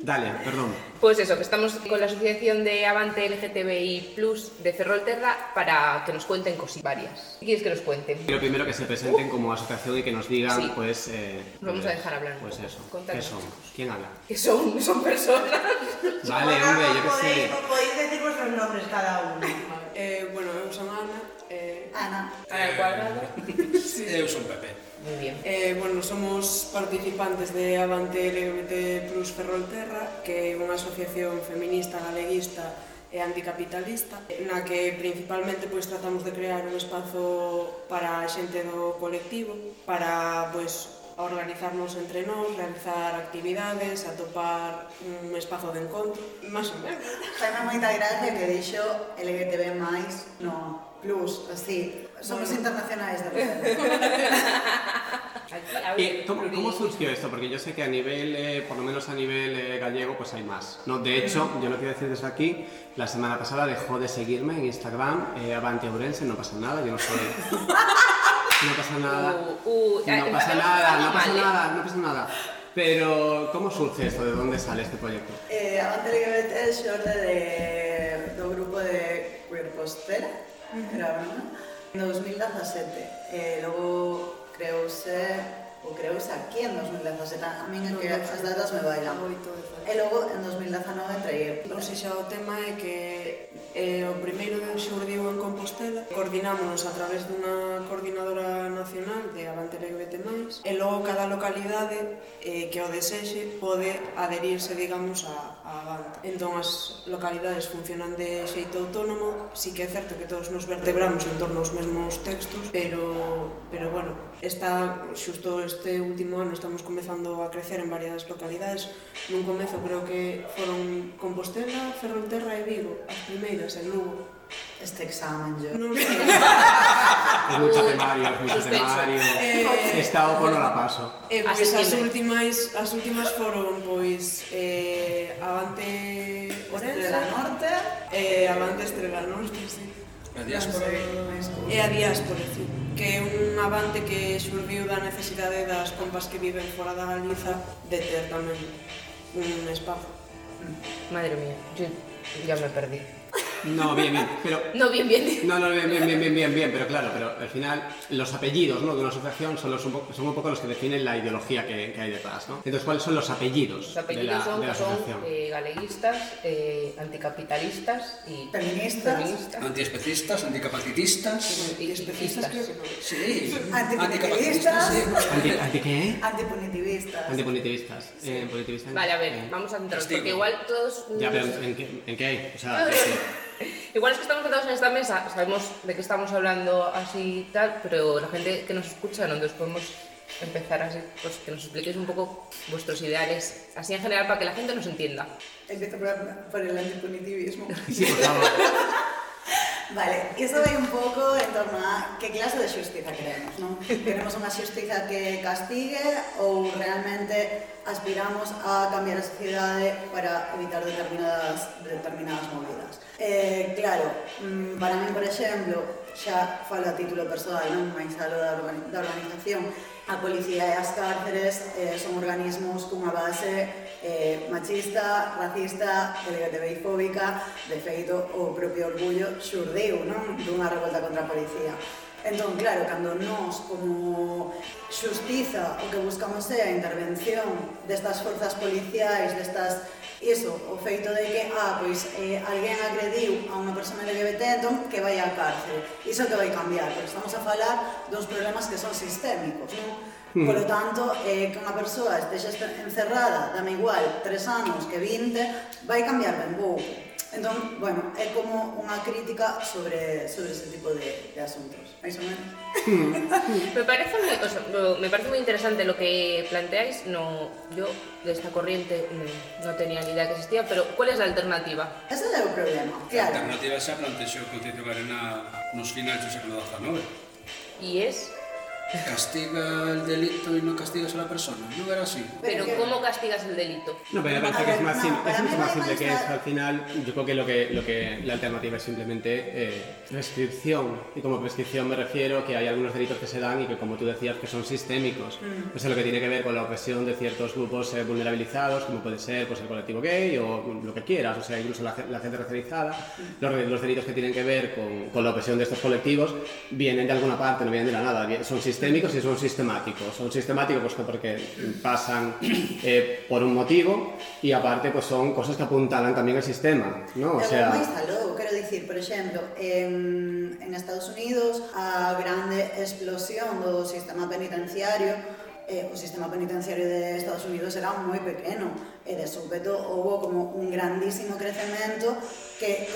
[SPEAKER 2] Dale, perdón.
[SPEAKER 3] Pues eso, que estamos con la Asociación de Avante LGTBI Plus de Ferrolterra para que nos cuenten cositas varias. ¿Qué quieres que nos cuenten?
[SPEAKER 2] Lo primero que se presenten como asociación y que nos digan,
[SPEAKER 3] Sí.
[SPEAKER 2] pues. eh,
[SPEAKER 3] Nos vamos a dejar hablar un
[SPEAKER 2] Pues
[SPEAKER 3] poco.
[SPEAKER 2] eso. ¿Qué
[SPEAKER 3] Contanos.
[SPEAKER 2] somos? ¿Quién habla?
[SPEAKER 3] Que son, son personas.
[SPEAKER 2] Vale,
[SPEAKER 1] Bueno,
[SPEAKER 2] hombre, yo qué
[SPEAKER 1] podéis,
[SPEAKER 2] sé.
[SPEAKER 1] podéis decir vuestros nombres cada uno.
[SPEAKER 7] Eh, bueno, eu son Ana. Eh,
[SPEAKER 1] Ana.
[SPEAKER 3] Ana al cuadrado.
[SPEAKER 8] Eu son Pepe.
[SPEAKER 3] Muy bien.
[SPEAKER 7] eh, bueno, somos participantes de Avante LGBT Plus Ferrolterra, que é unha asociación feminista, galeguista e anticapitalista, na que principalmente pois tratamos de crear un espazo para a xente do colectivo, para pois organizarnos entre nós, realizar actividades, atopar un espazo de encontro, máis ou menos.
[SPEAKER 9] Faime moita gracia que deixo LGTB+, no plus, así. Somos internacionais de repente.
[SPEAKER 3] Aquí, a ver,
[SPEAKER 2] ¿Y Eh, cómo,
[SPEAKER 3] Luis.
[SPEAKER 2] cómo surgió esto? Porque yo sé que a nivel, eh, por lo menos a nivel eh, gallego, pues hay más. No, de hecho, yo no quiero decir desde aquí, la semana pasada dejó de seguirme en Instagram, eh, Avante Ourense, no pasa nada, yo no soy... No pasa nada.
[SPEAKER 3] Uh, uh,
[SPEAKER 2] No
[SPEAKER 3] eh,
[SPEAKER 2] pasa
[SPEAKER 3] empatamos
[SPEAKER 2] nada, no
[SPEAKER 3] mal,
[SPEAKER 2] pasa
[SPEAKER 3] ¿eh?
[SPEAKER 2] nada, no pasa nada. Pero, ¿cómo surge esto? ¿De dónde sale este proyecto?
[SPEAKER 9] Eh, Avante LGBT xorde de, do grupo de Queer Postera, era broma, en 2017. Eh, logo creouse ou creouse aquí en 2017. A min é que as datas me bailan.
[SPEAKER 7] Moito de falar.
[SPEAKER 9] E logo en 2019 entreguei.
[SPEAKER 7] Ou seja, o tema é que eh, o primeiro que xurdiu en Compostela coordinámonos a través dunha coordinadora nacional de Avante LGBT+, e logo cada localidade eh, que o desexe pode aderirse, digamos, a, a Avante. Entón as localidades funcionan de xeito autónomo, si que é certo que todos nos vertebramos en torno aos mesmos textos, pero, pero bueno, está xusto este último ano estamos comezando a crecer en varias localidades, Nun comezo creo que foron Compostela, Ferrolterra e Vigo, as primeiras en Lugo.
[SPEAKER 9] Este examen yo.
[SPEAKER 7] Non sei.
[SPEAKER 2] Es mucho temario, es mucho
[SPEAKER 3] Ah. suspenso.
[SPEAKER 2] temario.
[SPEAKER 7] Eh,
[SPEAKER 2] Esta OPO no la paso.
[SPEAKER 7] E
[SPEAKER 3] A
[SPEAKER 7] pois as
[SPEAKER 3] septiembre.
[SPEAKER 7] últimas, as últimas foron pois eh, Avante
[SPEAKER 9] Estrela
[SPEAKER 7] Orense,
[SPEAKER 9] Norte,
[SPEAKER 7] eh, Avante Estrela Norte, sí.
[SPEAKER 8] A diáspora.
[SPEAKER 9] eh,
[SPEAKER 7] E a diáspora, sí. Que é un avante que xurdiu da necesidade das compas que viven fora da Galiza de ter tamén un espazo.
[SPEAKER 3] Madre mía, yo ya me perdí.
[SPEAKER 2] No, bien, bien. Pero
[SPEAKER 3] No, bien, bien.
[SPEAKER 2] No, no, bien, bien, bien, bien, bien, bien, pero claro, pero al final los apellidos ¿no? de una asociación son, los un po- son un poco los que definen la ideología que, que hay detrás, ¿no? Entonces, ¿cuáles son los apellidos,
[SPEAKER 3] Los apellidos
[SPEAKER 2] de, la,
[SPEAKER 3] son,
[SPEAKER 2] de la
[SPEAKER 3] son
[SPEAKER 2] asociación?
[SPEAKER 3] eh, galeguistas, eh, anticapitalistas y
[SPEAKER 9] Feministas.
[SPEAKER 3] feministas.
[SPEAKER 8] Antiespecistas, anticapacitistas.
[SPEAKER 3] Y- y- y-
[SPEAKER 7] Especistas creo que non.
[SPEAKER 8] Sí.
[SPEAKER 9] Anticapacitistas.
[SPEAKER 8] sí.
[SPEAKER 2] ¿Anti,
[SPEAKER 3] eh,
[SPEAKER 2] anti qué?
[SPEAKER 9] antipunitivistas.
[SPEAKER 2] Antipunitivistas. Eh, punitivistas.
[SPEAKER 3] Vale, a ver,
[SPEAKER 2] eh.
[SPEAKER 3] vamos a centrarnos,
[SPEAKER 8] Castigo.
[SPEAKER 3] porque igual todos...
[SPEAKER 2] Ya, pero ¿en, en qué, en qué? O sea, sí.
[SPEAKER 3] Igual es que estamos sentados en esta mesa, sabemos de qué estamos hablando así y tal, pero la gente que nos escucha, donde os podemos empezar así, pues que nos expliquéis un poco vuestros ideales, así en general, para que la gente nos entienda.
[SPEAKER 9] Empiezo por, por el antipunitivismo.
[SPEAKER 2] sí, por favor.
[SPEAKER 9] Vale, y esto va un poco en torno a qué clase de justicia queremos, ¿no? Queremos unha justicia que castigue ou realmente aspiramos a cambiar a sociedade para evitar determinadas, determinadas movidas. Eh, claro, mm, para mí, por exemplo, xa falo a título personal, non máis algo da, organi- da organización, a policía e as cárceres eh, son organismos cunha base eh, machista, racista, LGTBI-fóbica, de feito, o propio orgullo xurdeu, non? Dunha revolta contra a policía. Entón, claro, cando nós como xustiza o que buscamos é a intervención destas forzas policiais, destas iso, o feito de que, ah, pois, eh, alguén agrediu a unha persona LGBT, entón, que vai á cárcel. Iso que vai cambiar, pero estamos a falar dos problemas que son sistémicos, non? Polo tanto, eh, que unha persoa estexa este- encerrada, dame igual, tres anos que 20, vai cambiar ben pouco. Entón, bueno, é como unha crítica sobre, sobre ese tipo de, de asuntos. Mais ou menos.
[SPEAKER 3] Me parece muy, o sea, lo- me parece muy interesante lo que planteáis. No, yo de esta corriente mm, no tenía ni idea que existía, pero ¿cuál es la alternativa?
[SPEAKER 9] Ese é o problema,
[SPEAKER 8] A
[SPEAKER 9] claro.
[SPEAKER 8] alternativa xa plantexou o Concello de Barena nos finais do século XIX.
[SPEAKER 3] Y es
[SPEAKER 8] castiga el delito y no castigas a la persona. No era así.
[SPEAKER 10] Pero ¿cómo castigas el delito?
[SPEAKER 2] No, pero me parece
[SPEAKER 10] A
[SPEAKER 2] que
[SPEAKER 10] ver,
[SPEAKER 2] es, más
[SPEAKER 10] no,
[SPEAKER 2] sim-
[SPEAKER 10] para
[SPEAKER 2] es
[SPEAKER 10] mí
[SPEAKER 2] mucho
[SPEAKER 10] no
[SPEAKER 2] más
[SPEAKER 10] hay
[SPEAKER 2] simple que
[SPEAKER 10] más-
[SPEAKER 2] eso. Al final, yo creo que, lo que, lo que la alternativa es simplemente eh, prescripción. Y como prescripción me refiero que hay algunos delitos que se dan y que, como tú decías, que son sistémicos.
[SPEAKER 11] Mm.
[SPEAKER 2] Eso es lo que tiene que ver con la opresión de ciertos grupos eh, vulnerabilizados, como puede ser pues, el colectivo gay o mm, lo que quieras, o sea, incluso la, ge- la gente racializada. Los, re- los delitos que tienen que ver con, con la opresión de estos colectivos vienen de alguna parte, no vienen de la nada. Bien, Son sistémicos y son sistemáticos. Son sistemáticos pues, que porque pasan eh, por un motivo y aparte pues, son cosas que apuntalan también al sistema. ¿no? O
[SPEAKER 9] Pero
[SPEAKER 2] sea,
[SPEAKER 9] como instalou, quero dicir, por exemplo, en, en Estados Unidos a grande explosión do sistema penitenciario eh, o sistema penitenciario de Estados Unidos era moi pequeno e de súpeto houve como un grandísimo crecemento que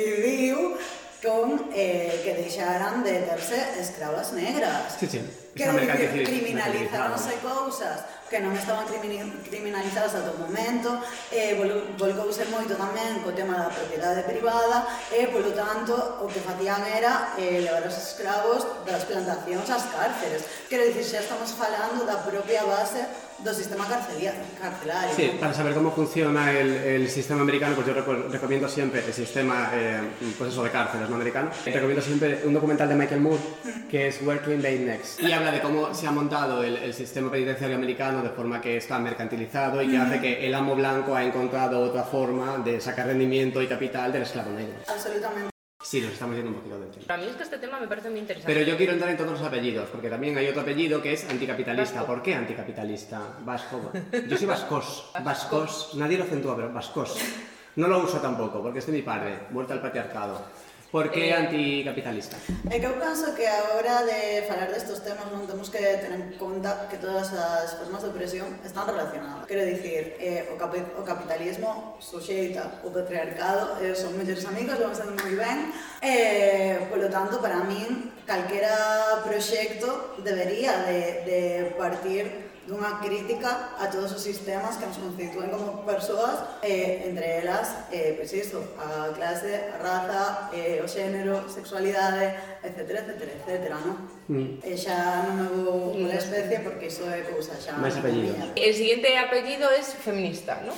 [SPEAKER 9] coincidiu con eh, que deixaran de terse escravas negras
[SPEAKER 2] sí, sí.
[SPEAKER 9] Quero
[SPEAKER 2] Está
[SPEAKER 9] dicir,
[SPEAKER 2] mercantiliz-
[SPEAKER 9] criminalizaronse
[SPEAKER 2] mercantilizado.
[SPEAKER 9] cousas que non estaban crimini- criminalizadas ata o momento, eh, volu- volcouse moito tamén co tema da propiedade privada, e, polo tanto, o que facían era eh, levar os escravos das plantacións ás cárceres. Quero dicir, xa estamos falando da propia base do sistema carcelia- carcelario.
[SPEAKER 2] Sí, para saber cómo funciona el, el sistema americano, pues yo reco- recomiendo siempre el sistema, eh, pues eso, de cárceles no americano. Recomiendo siempre un documental de Michael Moore que es Where to Invade Next. Y habla de cómo se ha montado el, el sistema penitenciario americano de forma que está mercantilizado y que
[SPEAKER 9] Ujú.
[SPEAKER 2] hace que el amo blanco ha encontrado otra forma de sacar rendimiento y capital del esclavo negro.
[SPEAKER 9] Absolutamente.
[SPEAKER 2] Sí, nos estamos yendo un poquito del tema.
[SPEAKER 3] Para mí es que este tema me parece muy interesante.
[SPEAKER 2] Pero yo quiero entrar en todos los apellidos, porque también hay otro apellido que es anticapitalista. ¿Por qué anticapitalista? Vasco. Yo soy vascos. Vascos. Nadie lo acentúa, pero vascos. No lo uso tampoco, porque es de mi padre. Vuelta al patriarcado. ¿Por
[SPEAKER 9] Eh.
[SPEAKER 2] qué anticapitalista?
[SPEAKER 9] E que eu penso que a hora de falar destos temas non temos que tener en conta que todas as formas de opresión están relacionadas. Quero dicir, eh, o, capi o capitalismo suxeita o patriarcado, eh, son mellores amigos, lo están moi ben. Eh, polo tanto, para min, calquera proxecto debería de, de partir dunha crítica a todos os sistemas que nos constituen como persoas, eh, entre elas, eh, pois iso, a clase, a raza, eh, o xénero, sexualidade, etcétera, etcétera, etcétera, non?
[SPEAKER 2] Mm.
[SPEAKER 9] E xa non me vou pola especie porque iso é cousa xa...
[SPEAKER 2] Máis apellidos.
[SPEAKER 3] El siguiente apellido es feminista, ¿no?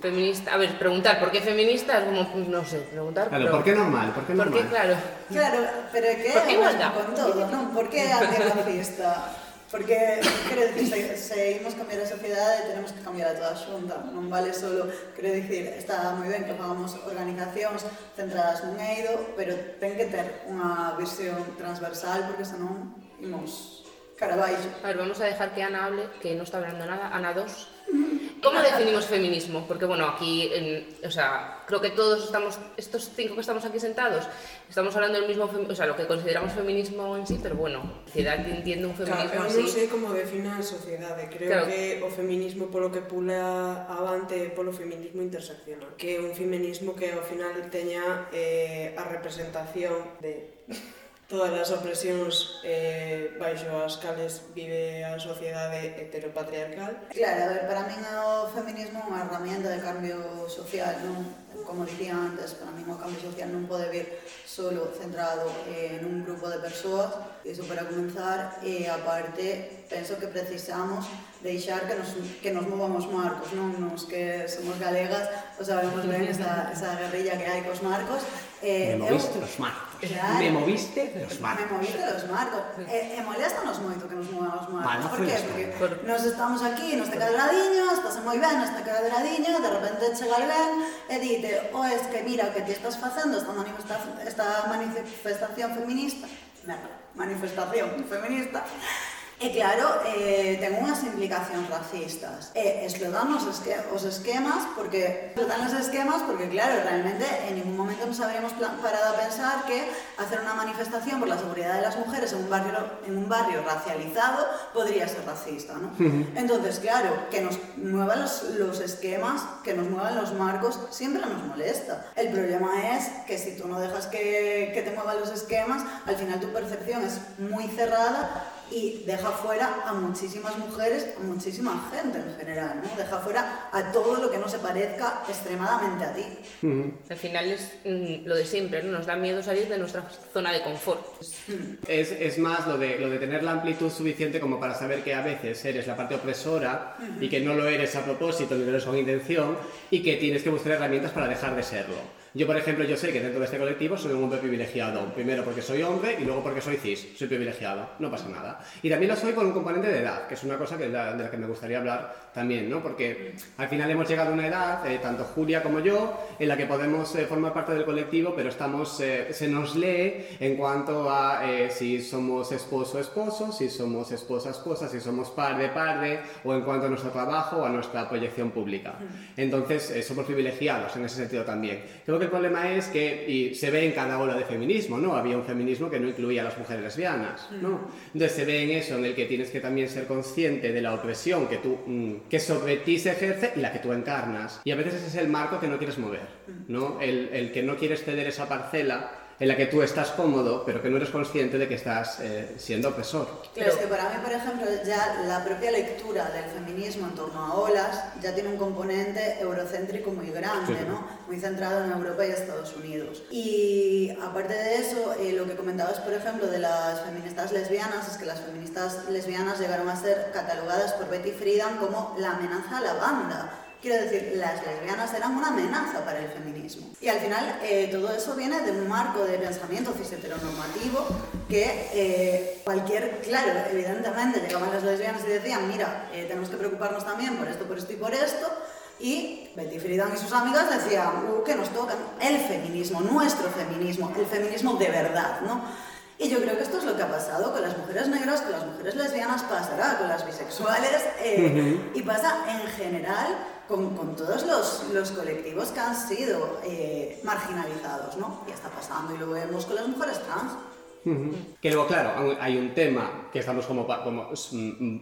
[SPEAKER 3] Feminista. A ver, preguntar por qué feminista es como, pues, no sé, preguntar.
[SPEAKER 2] Claro,
[SPEAKER 3] pero-
[SPEAKER 2] ¿por qué normal? ¿Por qué
[SPEAKER 3] ¿Por qué,
[SPEAKER 2] normal?
[SPEAKER 3] claro?
[SPEAKER 9] Claro, pero que
[SPEAKER 3] Por que
[SPEAKER 9] é o mesmo
[SPEAKER 3] igualdad?
[SPEAKER 9] con todo, non? Por que antirracista? Porque, quero dicir, se, se imos cambiar a sociedade tenemos que cambiar a toda xunta, non vale solo, quero dicir, está moi ben que fagamos organizacións centradas nun eido, pero ten que ter unha visión transversal porque senón imos cara baixo.
[SPEAKER 3] A ver, vamos a dejar que Ana hable, que no está hablando nada. Ana 2.
[SPEAKER 7] Mm-hmm.
[SPEAKER 3] ¿Cómo definimos feminismo? Porque bueno, aquí, en- o sea, creo que todos estamos, estos cinco que estamos aquí sentados, estamos hablando del mismo, femi- o sea, lo que consideramos feminismo en sí, pero bueno, la sociedad entiende un feminismo
[SPEAKER 7] Claro, eu
[SPEAKER 3] así.
[SPEAKER 7] non sei como define a sociedade, creo
[SPEAKER 3] Claro.
[SPEAKER 7] claro. que o feminismo polo que pula avante é polo feminismo interseccional, que é un feminismo que ao final teña eh, a representación de todas as opresións eh, baixo as cales vive a sociedade heteropatriarcal.
[SPEAKER 9] Claro, a ver, para min o feminismo é unha herramienta de cambio social, non? Como dicía antes, para min o cambio social non pode vir solo centrado en un grupo de persoas, iso para comenzar, e aparte penso que precisamos deixar que nos, que nos movamos marcos, non? Nos que somos galegas, o sabemos ben esa, esa guerrilla que hai cos marcos.
[SPEAKER 12] Me
[SPEAKER 9] Eh,
[SPEAKER 12] moviste los marcos.
[SPEAKER 9] Claro.
[SPEAKER 12] Me moviste los
[SPEAKER 9] Me
[SPEAKER 12] marcos.
[SPEAKER 9] moviste los Eh, marcos. E, e moléstanos moito que nos movamos
[SPEAKER 12] Vale,
[SPEAKER 9] marcos. Por qué?
[SPEAKER 12] pues,
[SPEAKER 9] Porque nos estamos aquí, nos te cadradiño, estás moi ben, nos te cadradiño, de repente chega el ben e dite, o "Oh, es que mira o que ti estás facendo esta, mani- esta- esta manifestación feminista, merda, manifestación feminista, E claro, eh, ten unhas implicacións racistas. E explotan os, esque os esquemas porque explotan os esquemas porque claro, realmente en ningún momento nos habríamos pla- parado a pensar que hacer una manifestación por la seguridad de las mujeres en un barrio en un barrio racializado podría ser racista, ¿no?
[SPEAKER 13] Ujú.
[SPEAKER 9] Entonces, claro, que nos muevan los, los esquemas, que nos muevan los marcos, siempre nos molesta. El problema es que si tú no dejas que, que te muevan los esquemas, al final tu percepción es muy cerrada y deja fuera a muchísimas mujeres, a muchísima gente en general, ¿no? Deja fuera a todo lo que no se parezca extremadamente a ti.
[SPEAKER 3] Al final es mm, lo de siempre, ¿no? Nos da miedo salir de nuestra zona de confort.
[SPEAKER 2] Es, es más lo de, lo de tener la amplitud suficiente como para saber que a veces eres la parte opresora
[SPEAKER 3] Ujú.
[SPEAKER 2] y que no lo eres a propósito ni lo eres con intención y que tienes que buscar herramientas para dejar de serlo. Yo, por ejemplo, yo sé que dentro de este colectivo soy un hombre privilegiado. Primero porque soy hombre y luego porque soy cis. Soy privilegiado, no pasa nada. Y también lo soy con un componente de edad, que es una cosa que la- de la que me gustaría hablar también, ¿no? Porque al final hemos llegado a una edad, eh, tanto Julia como yo, en la que podemos eh, formar parte del colectivo, pero estamos, eh, se nos lee en cuanto a eh, si somos esposo esposo, si somos esposa esposa, si somos par de par de, o en cuanto a nuestro trabajo o a nuestra proyección pública. Entonces, eh, somos privilegiados en ese sentido también. Creo que el problema es que, y se ve en cada ola de feminismo, ¿no? Había un feminismo que no incluía a las mujeres lesbianas, ¿no? Entonces se ve en eso, en el que tienes que también ser consciente de la opresión que tú, mm, que sobre ti se ejerce y la que tú encarnas. Y a veces ese es el marco que no quieres mover, ¿no? El, el que no quieres ceder esa parcela en la que tú estás cómodo, pero que no eres consciente de que estás eh, siendo opresor.
[SPEAKER 9] Pero es que para mí, por ejemplo, ya la propia lectura del feminismo en torno a olas ya tiene un componente eurocéntrico muy grande,
[SPEAKER 14] Sí.
[SPEAKER 9] ¿no? Muy centrado en Europa y Estados Unidos. Y aparte de eso, eh, lo que comentabas, por ejemplo, de las feministas lesbianas, es que las feministas lesbianas llegaron a ser catalogadas por Betty Friedan como la amenaza a la banda. Quiero decir, las lesbianas eran una amenaza para el feminismo. Y al final eh, todo eso viene de un marco de pensamiento cis-heteronormativo que eh, cualquier, claro, evidentemente llegaban las lesbianas y decían, mira, eh, tenemos que preocuparnos también por esto, por esto y por esto. Y Betty Friedan y sus amigas decían, "Uh, que nos tocan el feminismo, nuestro feminismo, el feminismo de verdad, ¿no? Y yo creo que esto es lo que ha pasado con las mujeres negras, con las mujeres lesbianas, pasará con las bisexuales eh, y pasa en general con, con todos los, los colectivos que han sido eh, marginalizados, ¿no? Ya está pasando y lo vemos con las mujeres trans.
[SPEAKER 2] Que luego, claro, aún hay un tema que estamos como, pa- como mm,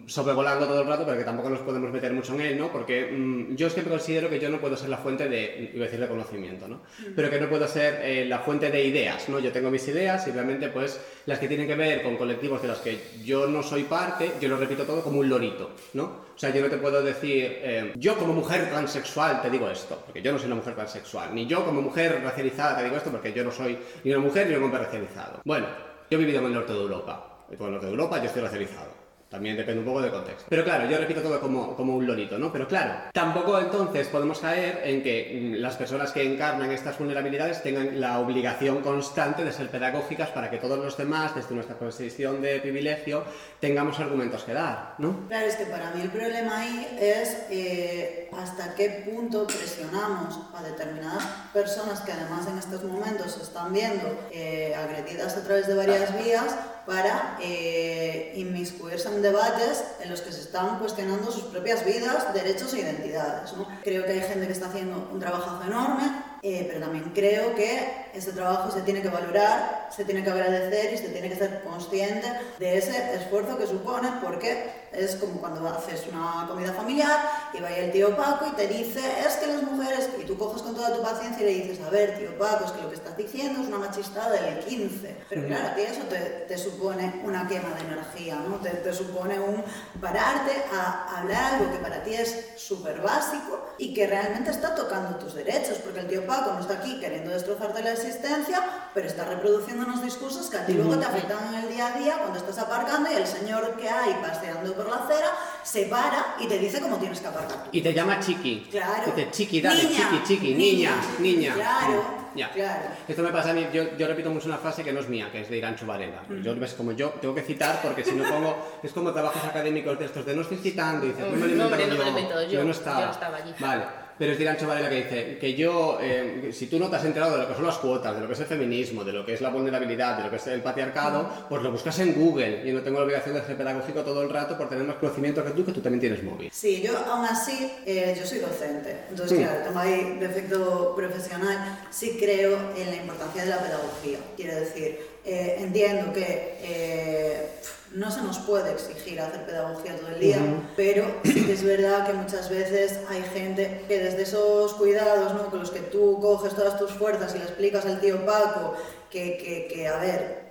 [SPEAKER 2] mm, sobrevolando todo el rato, pero que tampoco nos podemos meter mucho en él, ¿no? Porque mm, yo siempre considero que yo no puedo ser la fuente de, iba a decir de conocimiento, ¿no? Pero que no puedo ser eh, la fuente de ideas, ¿no? Yo tengo mis ideas y realmente, pues, las que tienen que ver con colectivos de los que yo no soy parte, yo lo repito todo como un lorito, ¿no? O sea, yo no te puedo decir, eh, yo como mujer transexual te digo esto, porque yo no soy una mujer transexual, ni yo como mujer racializada te digo esto, porque yo no soy ni una mujer ni un hombre racializado. Bueno, yo he vivido en el norte de Europa. Y Por el norte de Europa yo estoy racializado. También depende un poco del contexto. Pero claro, yo repito todo como, como un lorito, ¿no? Pero claro, tampoco entonces podemos caer en que mm, las personas que encarnan estas vulnerabilidades tengan la obligación constante de ser pedagógicas para que todos los demás, desde nuestra posición de privilegio, tengamos argumentos que dar, ¿no?
[SPEAKER 9] Claro, es que para mí el problema ahí es eh, hasta qué punto presionamos a determinadas personas que además en estos momentos se están viendo eh, agredidas a través de varias vías para eh, inmiscuirse en debates en los que se están cuestionando sus propias vidas, derechos e identidades. ¿no? Creo que hay gente que está haciendo un trabajazo enorme, eh, pero también creo que ese trabajo se tiene que valorar, se tiene que agradecer y se tiene que ser consciente de ese esfuerzo que supone, porque es como cuando haces una comida familiar y va ahí el tío Paco y te dice, es que las mujeres, y tú coges con toda tu paciencia y le dices, a ver, tío Paco, es que lo que estás diciendo es una machistada del 15. Pero
[SPEAKER 14] Ujú.
[SPEAKER 9] claro, a ti eso te, te supone una quema de energía, ¿no? Te, te supone un pararte a hablar algo que para ti es súper básico y que realmente está tocando tus derechos, porque el tío Paco no está aquí queriendo destrozarte la existencia, pero está reproduciendo unos discursos que a ti luego te afectan en el día a día cuando estás aparcando y el señor que hay paseando por la acera se para y te dice cómo tienes que aparcar.
[SPEAKER 2] Y te llama Chiqui.
[SPEAKER 9] Claro.
[SPEAKER 2] Dice Chiqui, dale,
[SPEAKER 9] Niña,
[SPEAKER 2] Chiqui, Chiqui, niña, niña. Mm,
[SPEAKER 9] Claro,
[SPEAKER 2] Ya.
[SPEAKER 9] claro.
[SPEAKER 2] Esto me pasa a mí, yo, yo repito mucho una frase que no es mía, que es de Irán Chubarela. Yo, ves, como yo, tengo que citar porque si no pongo, es como trabajos académicos de estos, de no estoy citando, y dices, no me lo he
[SPEAKER 3] No, hombre,
[SPEAKER 2] inventado
[SPEAKER 3] no me lo he
[SPEAKER 2] yo,
[SPEAKER 3] inventado yo,
[SPEAKER 2] no
[SPEAKER 3] yo
[SPEAKER 2] estaba.
[SPEAKER 3] no estaba allí.
[SPEAKER 2] Vale. Pero es de Irán Chubarela que dice que yo, eh, si tú no te has enterado de lo que son las cuotas, de lo que es el feminismo, de lo que es la vulnerabilidad, de lo que es el patriarcado, pues lo buscas en Google. Yo no tengo la obligación de ser pedagógico todo el rato por tener más conocimiento que tú, que tú también tienes móvil.
[SPEAKER 9] Sí, yo aún así, eh, yo soy docente, entonces
[SPEAKER 2] Sí.
[SPEAKER 9] claro, tengo ahí defecto profesional, sí creo en la importancia de la pedagogía, quiero decir, eh, entiendo que eh, no se nos puede exigir hacer pedagogía todo el día,
[SPEAKER 14] Ujú.
[SPEAKER 9] pero sí que es verdad que muchas veces hay gente que desde esos cuidados, ¿no? con los que tú coges todas tus fuerzas y le explicas al tío Paco que, que- que, a ver,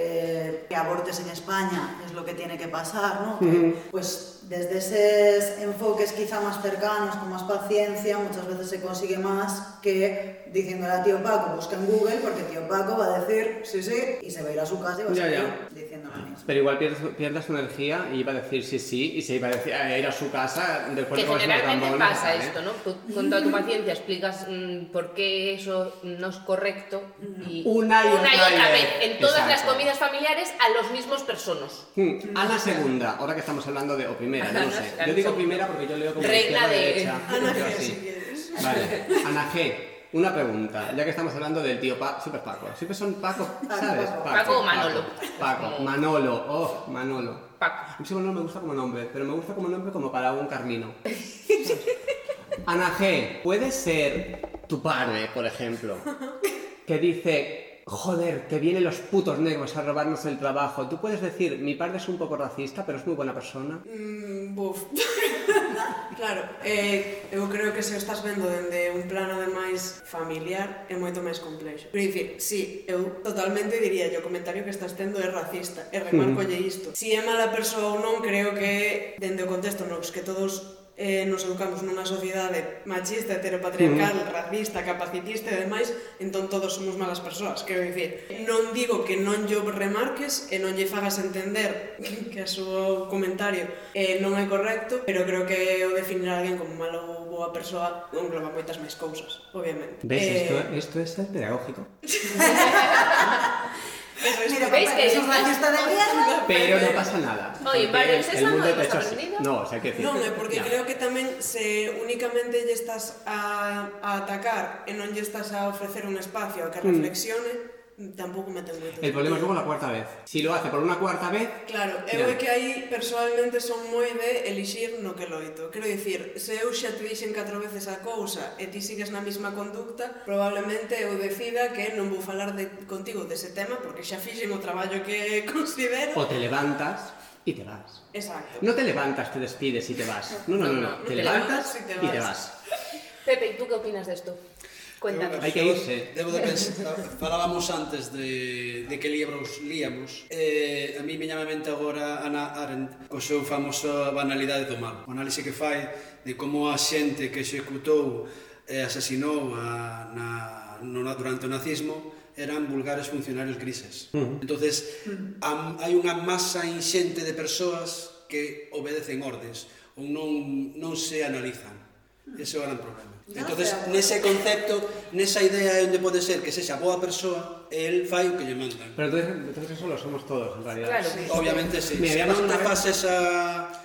[SPEAKER 9] que, que abortes en España es lo que tiene que pasar, ¿no? Que, pues desde esos enfoques quizá más cercanos, con más paciencia, muchas veces se consigue más que diciéndole a tío Paco, busca en Google, porque tío Paco va a decir sí, sí, y se va a ir a su casa y va a
[SPEAKER 2] Ya,
[SPEAKER 9] seguir
[SPEAKER 2] ya.
[SPEAKER 9] diciendo lo mismo.
[SPEAKER 2] Pero igual pierdes, pierdes tu energía y iba a decir sí, sí, y se iba a, decir, a ir a su casa después
[SPEAKER 8] Pues
[SPEAKER 2] de
[SPEAKER 3] Que
[SPEAKER 2] comerse unos
[SPEAKER 3] generalmente
[SPEAKER 2] gambones,
[SPEAKER 3] pasa
[SPEAKER 8] ¿eh?
[SPEAKER 2] ¿vale?
[SPEAKER 3] esto, ¿no? Tú, con toda tu paciencia explicas mm, por qué eso no es correcto y
[SPEAKER 2] Una y otra vez.
[SPEAKER 3] vez en todas las
[SPEAKER 2] Exacto.
[SPEAKER 3] comidas familiares a los mismos personas.
[SPEAKER 2] Hmm, A la segunda, ahora que estamos hablando de. o primera, yo no sé. Yo digo primera porque yo leo como.
[SPEAKER 3] Regla
[SPEAKER 2] izquierda,
[SPEAKER 3] de-
[SPEAKER 2] derecha,
[SPEAKER 3] Ana
[SPEAKER 2] yo
[SPEAKER 3] G,
[SPEAKER 2] así.
[SPEAKER 3] si
[SPEAKER 2] Vale, Ana G, una pregunta, ya que estamos hablando del tío Paco, siempre es Paco, siempre son Paco, ¿sabes?
[SPEAKER 3] Paco. Paco o Manolo.
[SPEAKER 2] Paco,
[SPEAKER 3] Como-
[SPEAKER 2] Manolo, oh, Manolo.
[SPEAKER 3] Paco.
[SPEAKER 2] A mí ese Manolo me gusta como nombre, pero me gusta como nombre como para un carmino. Ana G, puede ser tu padre, por ejemplo, que dice, joder, que vienen los putos negros a robarnos el trabajo. Tú puedes decir, mi padre es un poco racista, pero es muy buena persona.
[SPEAKER 7] Mm, buf. claro, eh, eu creo que se o estás vendo dende un plano de máis familiar é moito máis complexo. Quer dicir, si, sí, eu totalmente diría o comentario que estás tendo é racista, e remarcolle isto. Si é mala persoa ou non, creo que dende o contexto nos que todos eh, nos educamos nunha sociedade machista, heteropatriarcal,
[SPEAKER 2] Mhm.
[SPEAKER 7] racista, capacitista e demais, entón todos somos malas persoas, quero dicir. Non digo que non llo remarques e non lle fagas entender que o seu comentario eh, non é correcto, pero creo que o definir a alguén como malo ou boa persoa engloba moitas máis cousas, obviamente.
[SPEAKER 2] ¿Ves?
[SPEAKER 7] Eh,
[SPEAKER 2] Esto, esto es ser pedagógico.
[SPEAKER 9] Mira,
[SPEAKER 7] ¿Veis
[SPEAKER 9] papá,
[SPEAKER 7] que
[SPEAKER 9] es un
[SPEAKER 7] esto-
[SPEAKER 9] racista de mierda.
[SPEAKER 2] Pero no pasa nada.
[SPEAKER 7] Oye,
[SPEAKER 2] porque
[SPEAKER 7] vale, ¿ustedes
[SPEAKER 2] el
[SPEAKER 7] no
[SPEAKER 2] mundo
[SPEAKER 7] hemos
[SPEAKER 2] está hecho así.
[SPEAKER 7] aprendido?
[SPEAKER 2] No, o sea, que decir.
[SPEAKER 7] Non, é eh, porque
[SPEAKER 2] ya.
[SPEAKER 7] creo que tamén se únicamente lle estás a, a atacar e non lle estás a ofrecer un espacio a que
[SPEAKER 2] Mm.
[SPEAKER 7] reflexione, tampouco me ten moito
[SPEAKER 2] El problema es luego la cuarta vez. Si lo hace por una cuarta vez,
[SPEAKER 7] Claro,
[SPEAKER 2] Ya.
[SPEAKER 7] eu é que aí persoalmente son moi de elixir no que loito. Quero dicir, se eu xa te dixen catro veces a cousa e ti sigues na mesma conducta, probablemente eu decida que non vou falar de, contigo dese tema porque xa fixen o traballo que considero.
[SPEAKER 2] o te levantas y te vas.
[SPEAKER 7] Exacto.
[SPEAKER 2] No te levantas, te despides y te vas. No, no, no, no. Te levantas
[SPEAKER 3] y te
[SPEAKER 2] y te
[SPEAKER 3] vas.
[SPEAKER 2] vas.
[SPEAKER 3] Pepe, ¿y tú qué opinas de esto?
[SPEAKER 8] eh,
[SPEAKER 3] Cuéntanos.
[SPEAKER 2] Hay que irse.
[SPEAKER 8] Debo de pensar, falábamos antes de, de que libros líamos. Eh, a mí me llama a mente agora Ana Arendt co seu famoso banalidade do mal. O análise que fai de como a xente que executou e asasinou a, na, no, durante o nazismo eran vulgares funcionarios grises.
[SPEAKER 2] Mm.
[SPEAKER 15] Ujú.
[SPEAKER 8] Entonces, a, hai unha masa inxente de persoas que obedecen ordens ou non, non se analizan. Ese é o gran problema.
[SPEAKER 15] Ya
[SPEAKER 8] Entonces,
[SPEAKER 15] sei.
[SPEAKER 8] nese concepto, nesa idea é onde pode ser que sexa boa persoa e el fai o que lle mandan.
[SPEAKER 2] Pero entonces, entonces eso lo somos todos, en realidad.
[SPEAKER 8] Claro, sí. Obviamente sí.
[SPEAKER 2] Mira,
[SPEAKER 8] Se
[SPEAKER 2] habíamos
[SPEAKER 8] pasa
[SPEAKER 2] una
[SPEAKER 8] unha
[SPEAKER 2] vez-
[SPEAKER 8] fase esa,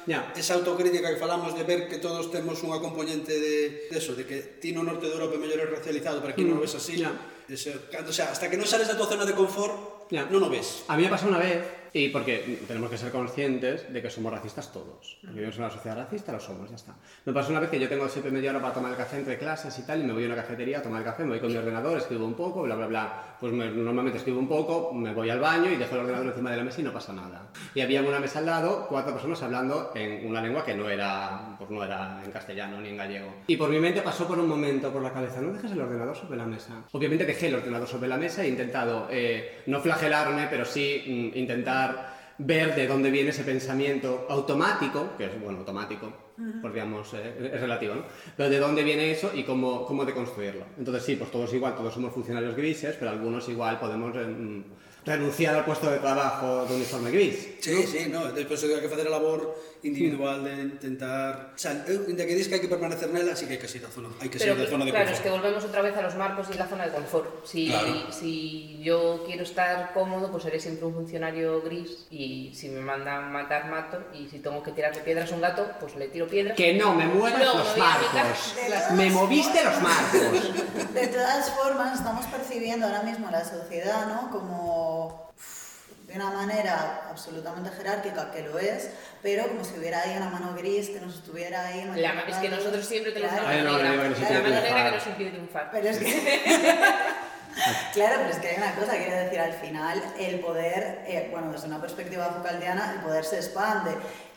[SPEAKER 2] Ya.
[SPEAKER 8] esa autocrítica que falamos de ver que todos temos unha componente de, de eso, de que ti no norte de Europa mellor é racializado, para aquí
[SPEAKER 2] Mm,
[SPEAKER 8] non o ves así. Ese, cando, o sea, hasta que non sales da tua zona de confort,
[SPEAKER 2] Ya.
[SPEAKER 8] non o ves.
[SPEAKER 2] A mí me pasó una vez, y porque tenemos que ser conscientes de que somos racistas todos. Porque vivimos en una sociedad racista, lo somos, ya está. Me pasó una vez que yo tengo siempre media hora para tomar el café entre clases y tal, y me voy a una cafetería a tomar el café, me voy con mi ordenador, escribo un poco, bla, bla, bla. Pues me- normalmente escribo un poco, me voy al baño y dejo el ordenador encima de la mesa y no pasa nada. Y había en una mesa al lado cuatro personas hablando en una lengua que no era, pues no era en castellano ni en gallego. Y por mi mente pasó por un momento por la cabeza, no dejes el ordenador sobre la mesa. Obviamente dejé el ordenador sobre la mesa e he intentado eh, no flagelarme, pero sí mm, intentar ver de dónde viene ese pensamiento automático, que es bueno, automático,
[SPEAKER 15] Ujú.
[SPEAKER 2] porque digamos, eh, es relativo, ¿no? Pero de dónde viene eso y cómo, cómo deconstruirlo. Entonces sí, pues todos igual, todos somos funcionarios grises, pero algunos igual podemos eh, mm, renunciar al puesto de trabajo de uniforme gris.
[SPEAKER 8] Sí, sí, no, despois hai que facer a labor individual de intentar... O sea, eu, inda que dis que hai que permanecer nela, sí que hai que sair da zona, hai que sair
[SPEAKER 3] Pero
[SPEAKER 8] da zona de
[SPEAKER 3] claro, es
[SPEAKER 8] confort.
[SPEAKER 3] que volvemos otra vez a los marcos y la zona de confort. Si,
[SPEAKER 8] Claro.
[SPEAKER 3] si yo quiero estar cómodo, pues seré siempre un funcionario gris y si me mandan matar, mato. Y si tengo que tirarle piedras a un gato, pues le tiro piedras.
[SPEAKER 2] Que no, me muevan
[SPEAKER 3] No,
[SPEAKER 2] los
[SPEAKER 3] me voy a mi
[SPEAKER 2] marcos.
[SPEAKER 3] casa.
[SPEAKER 2] Me moviste los marcos.
[SPEAKER 9] De todas formas, estamos percibiendo ahora mismo la sociedad, ¿no? Como uf, de una manera absolutamente jerárquica, que lo es, pero como si hubiera ahí una mano gris que nos estuviera ahí...
[SPEAKER 3] La ma- es que
[SPEAKER 9] manipulando.
[SPEAKER 3] nosotros siempre tenemos
[SPEAKER 9] Claro.
[SPEAKER 3] la mano
[SPEAKER 2] Hay una mano
[SPEAKER 3] negra,
[SPEAKER 2] negra que nos
[SPEAKER 3] la
[SPEAKER 2] impide
[SPEAKER 3] mano negra
[SPEAKER 2] triunfar.
[SPEAKER 3] que nos impide triunfar.
[SPEAKER 9] Pero es que... Claro, pero es que hay una cosa, quiero decir, al final el poder, eh, bueno, desde una perspectiva focaldiana, el poder se expande.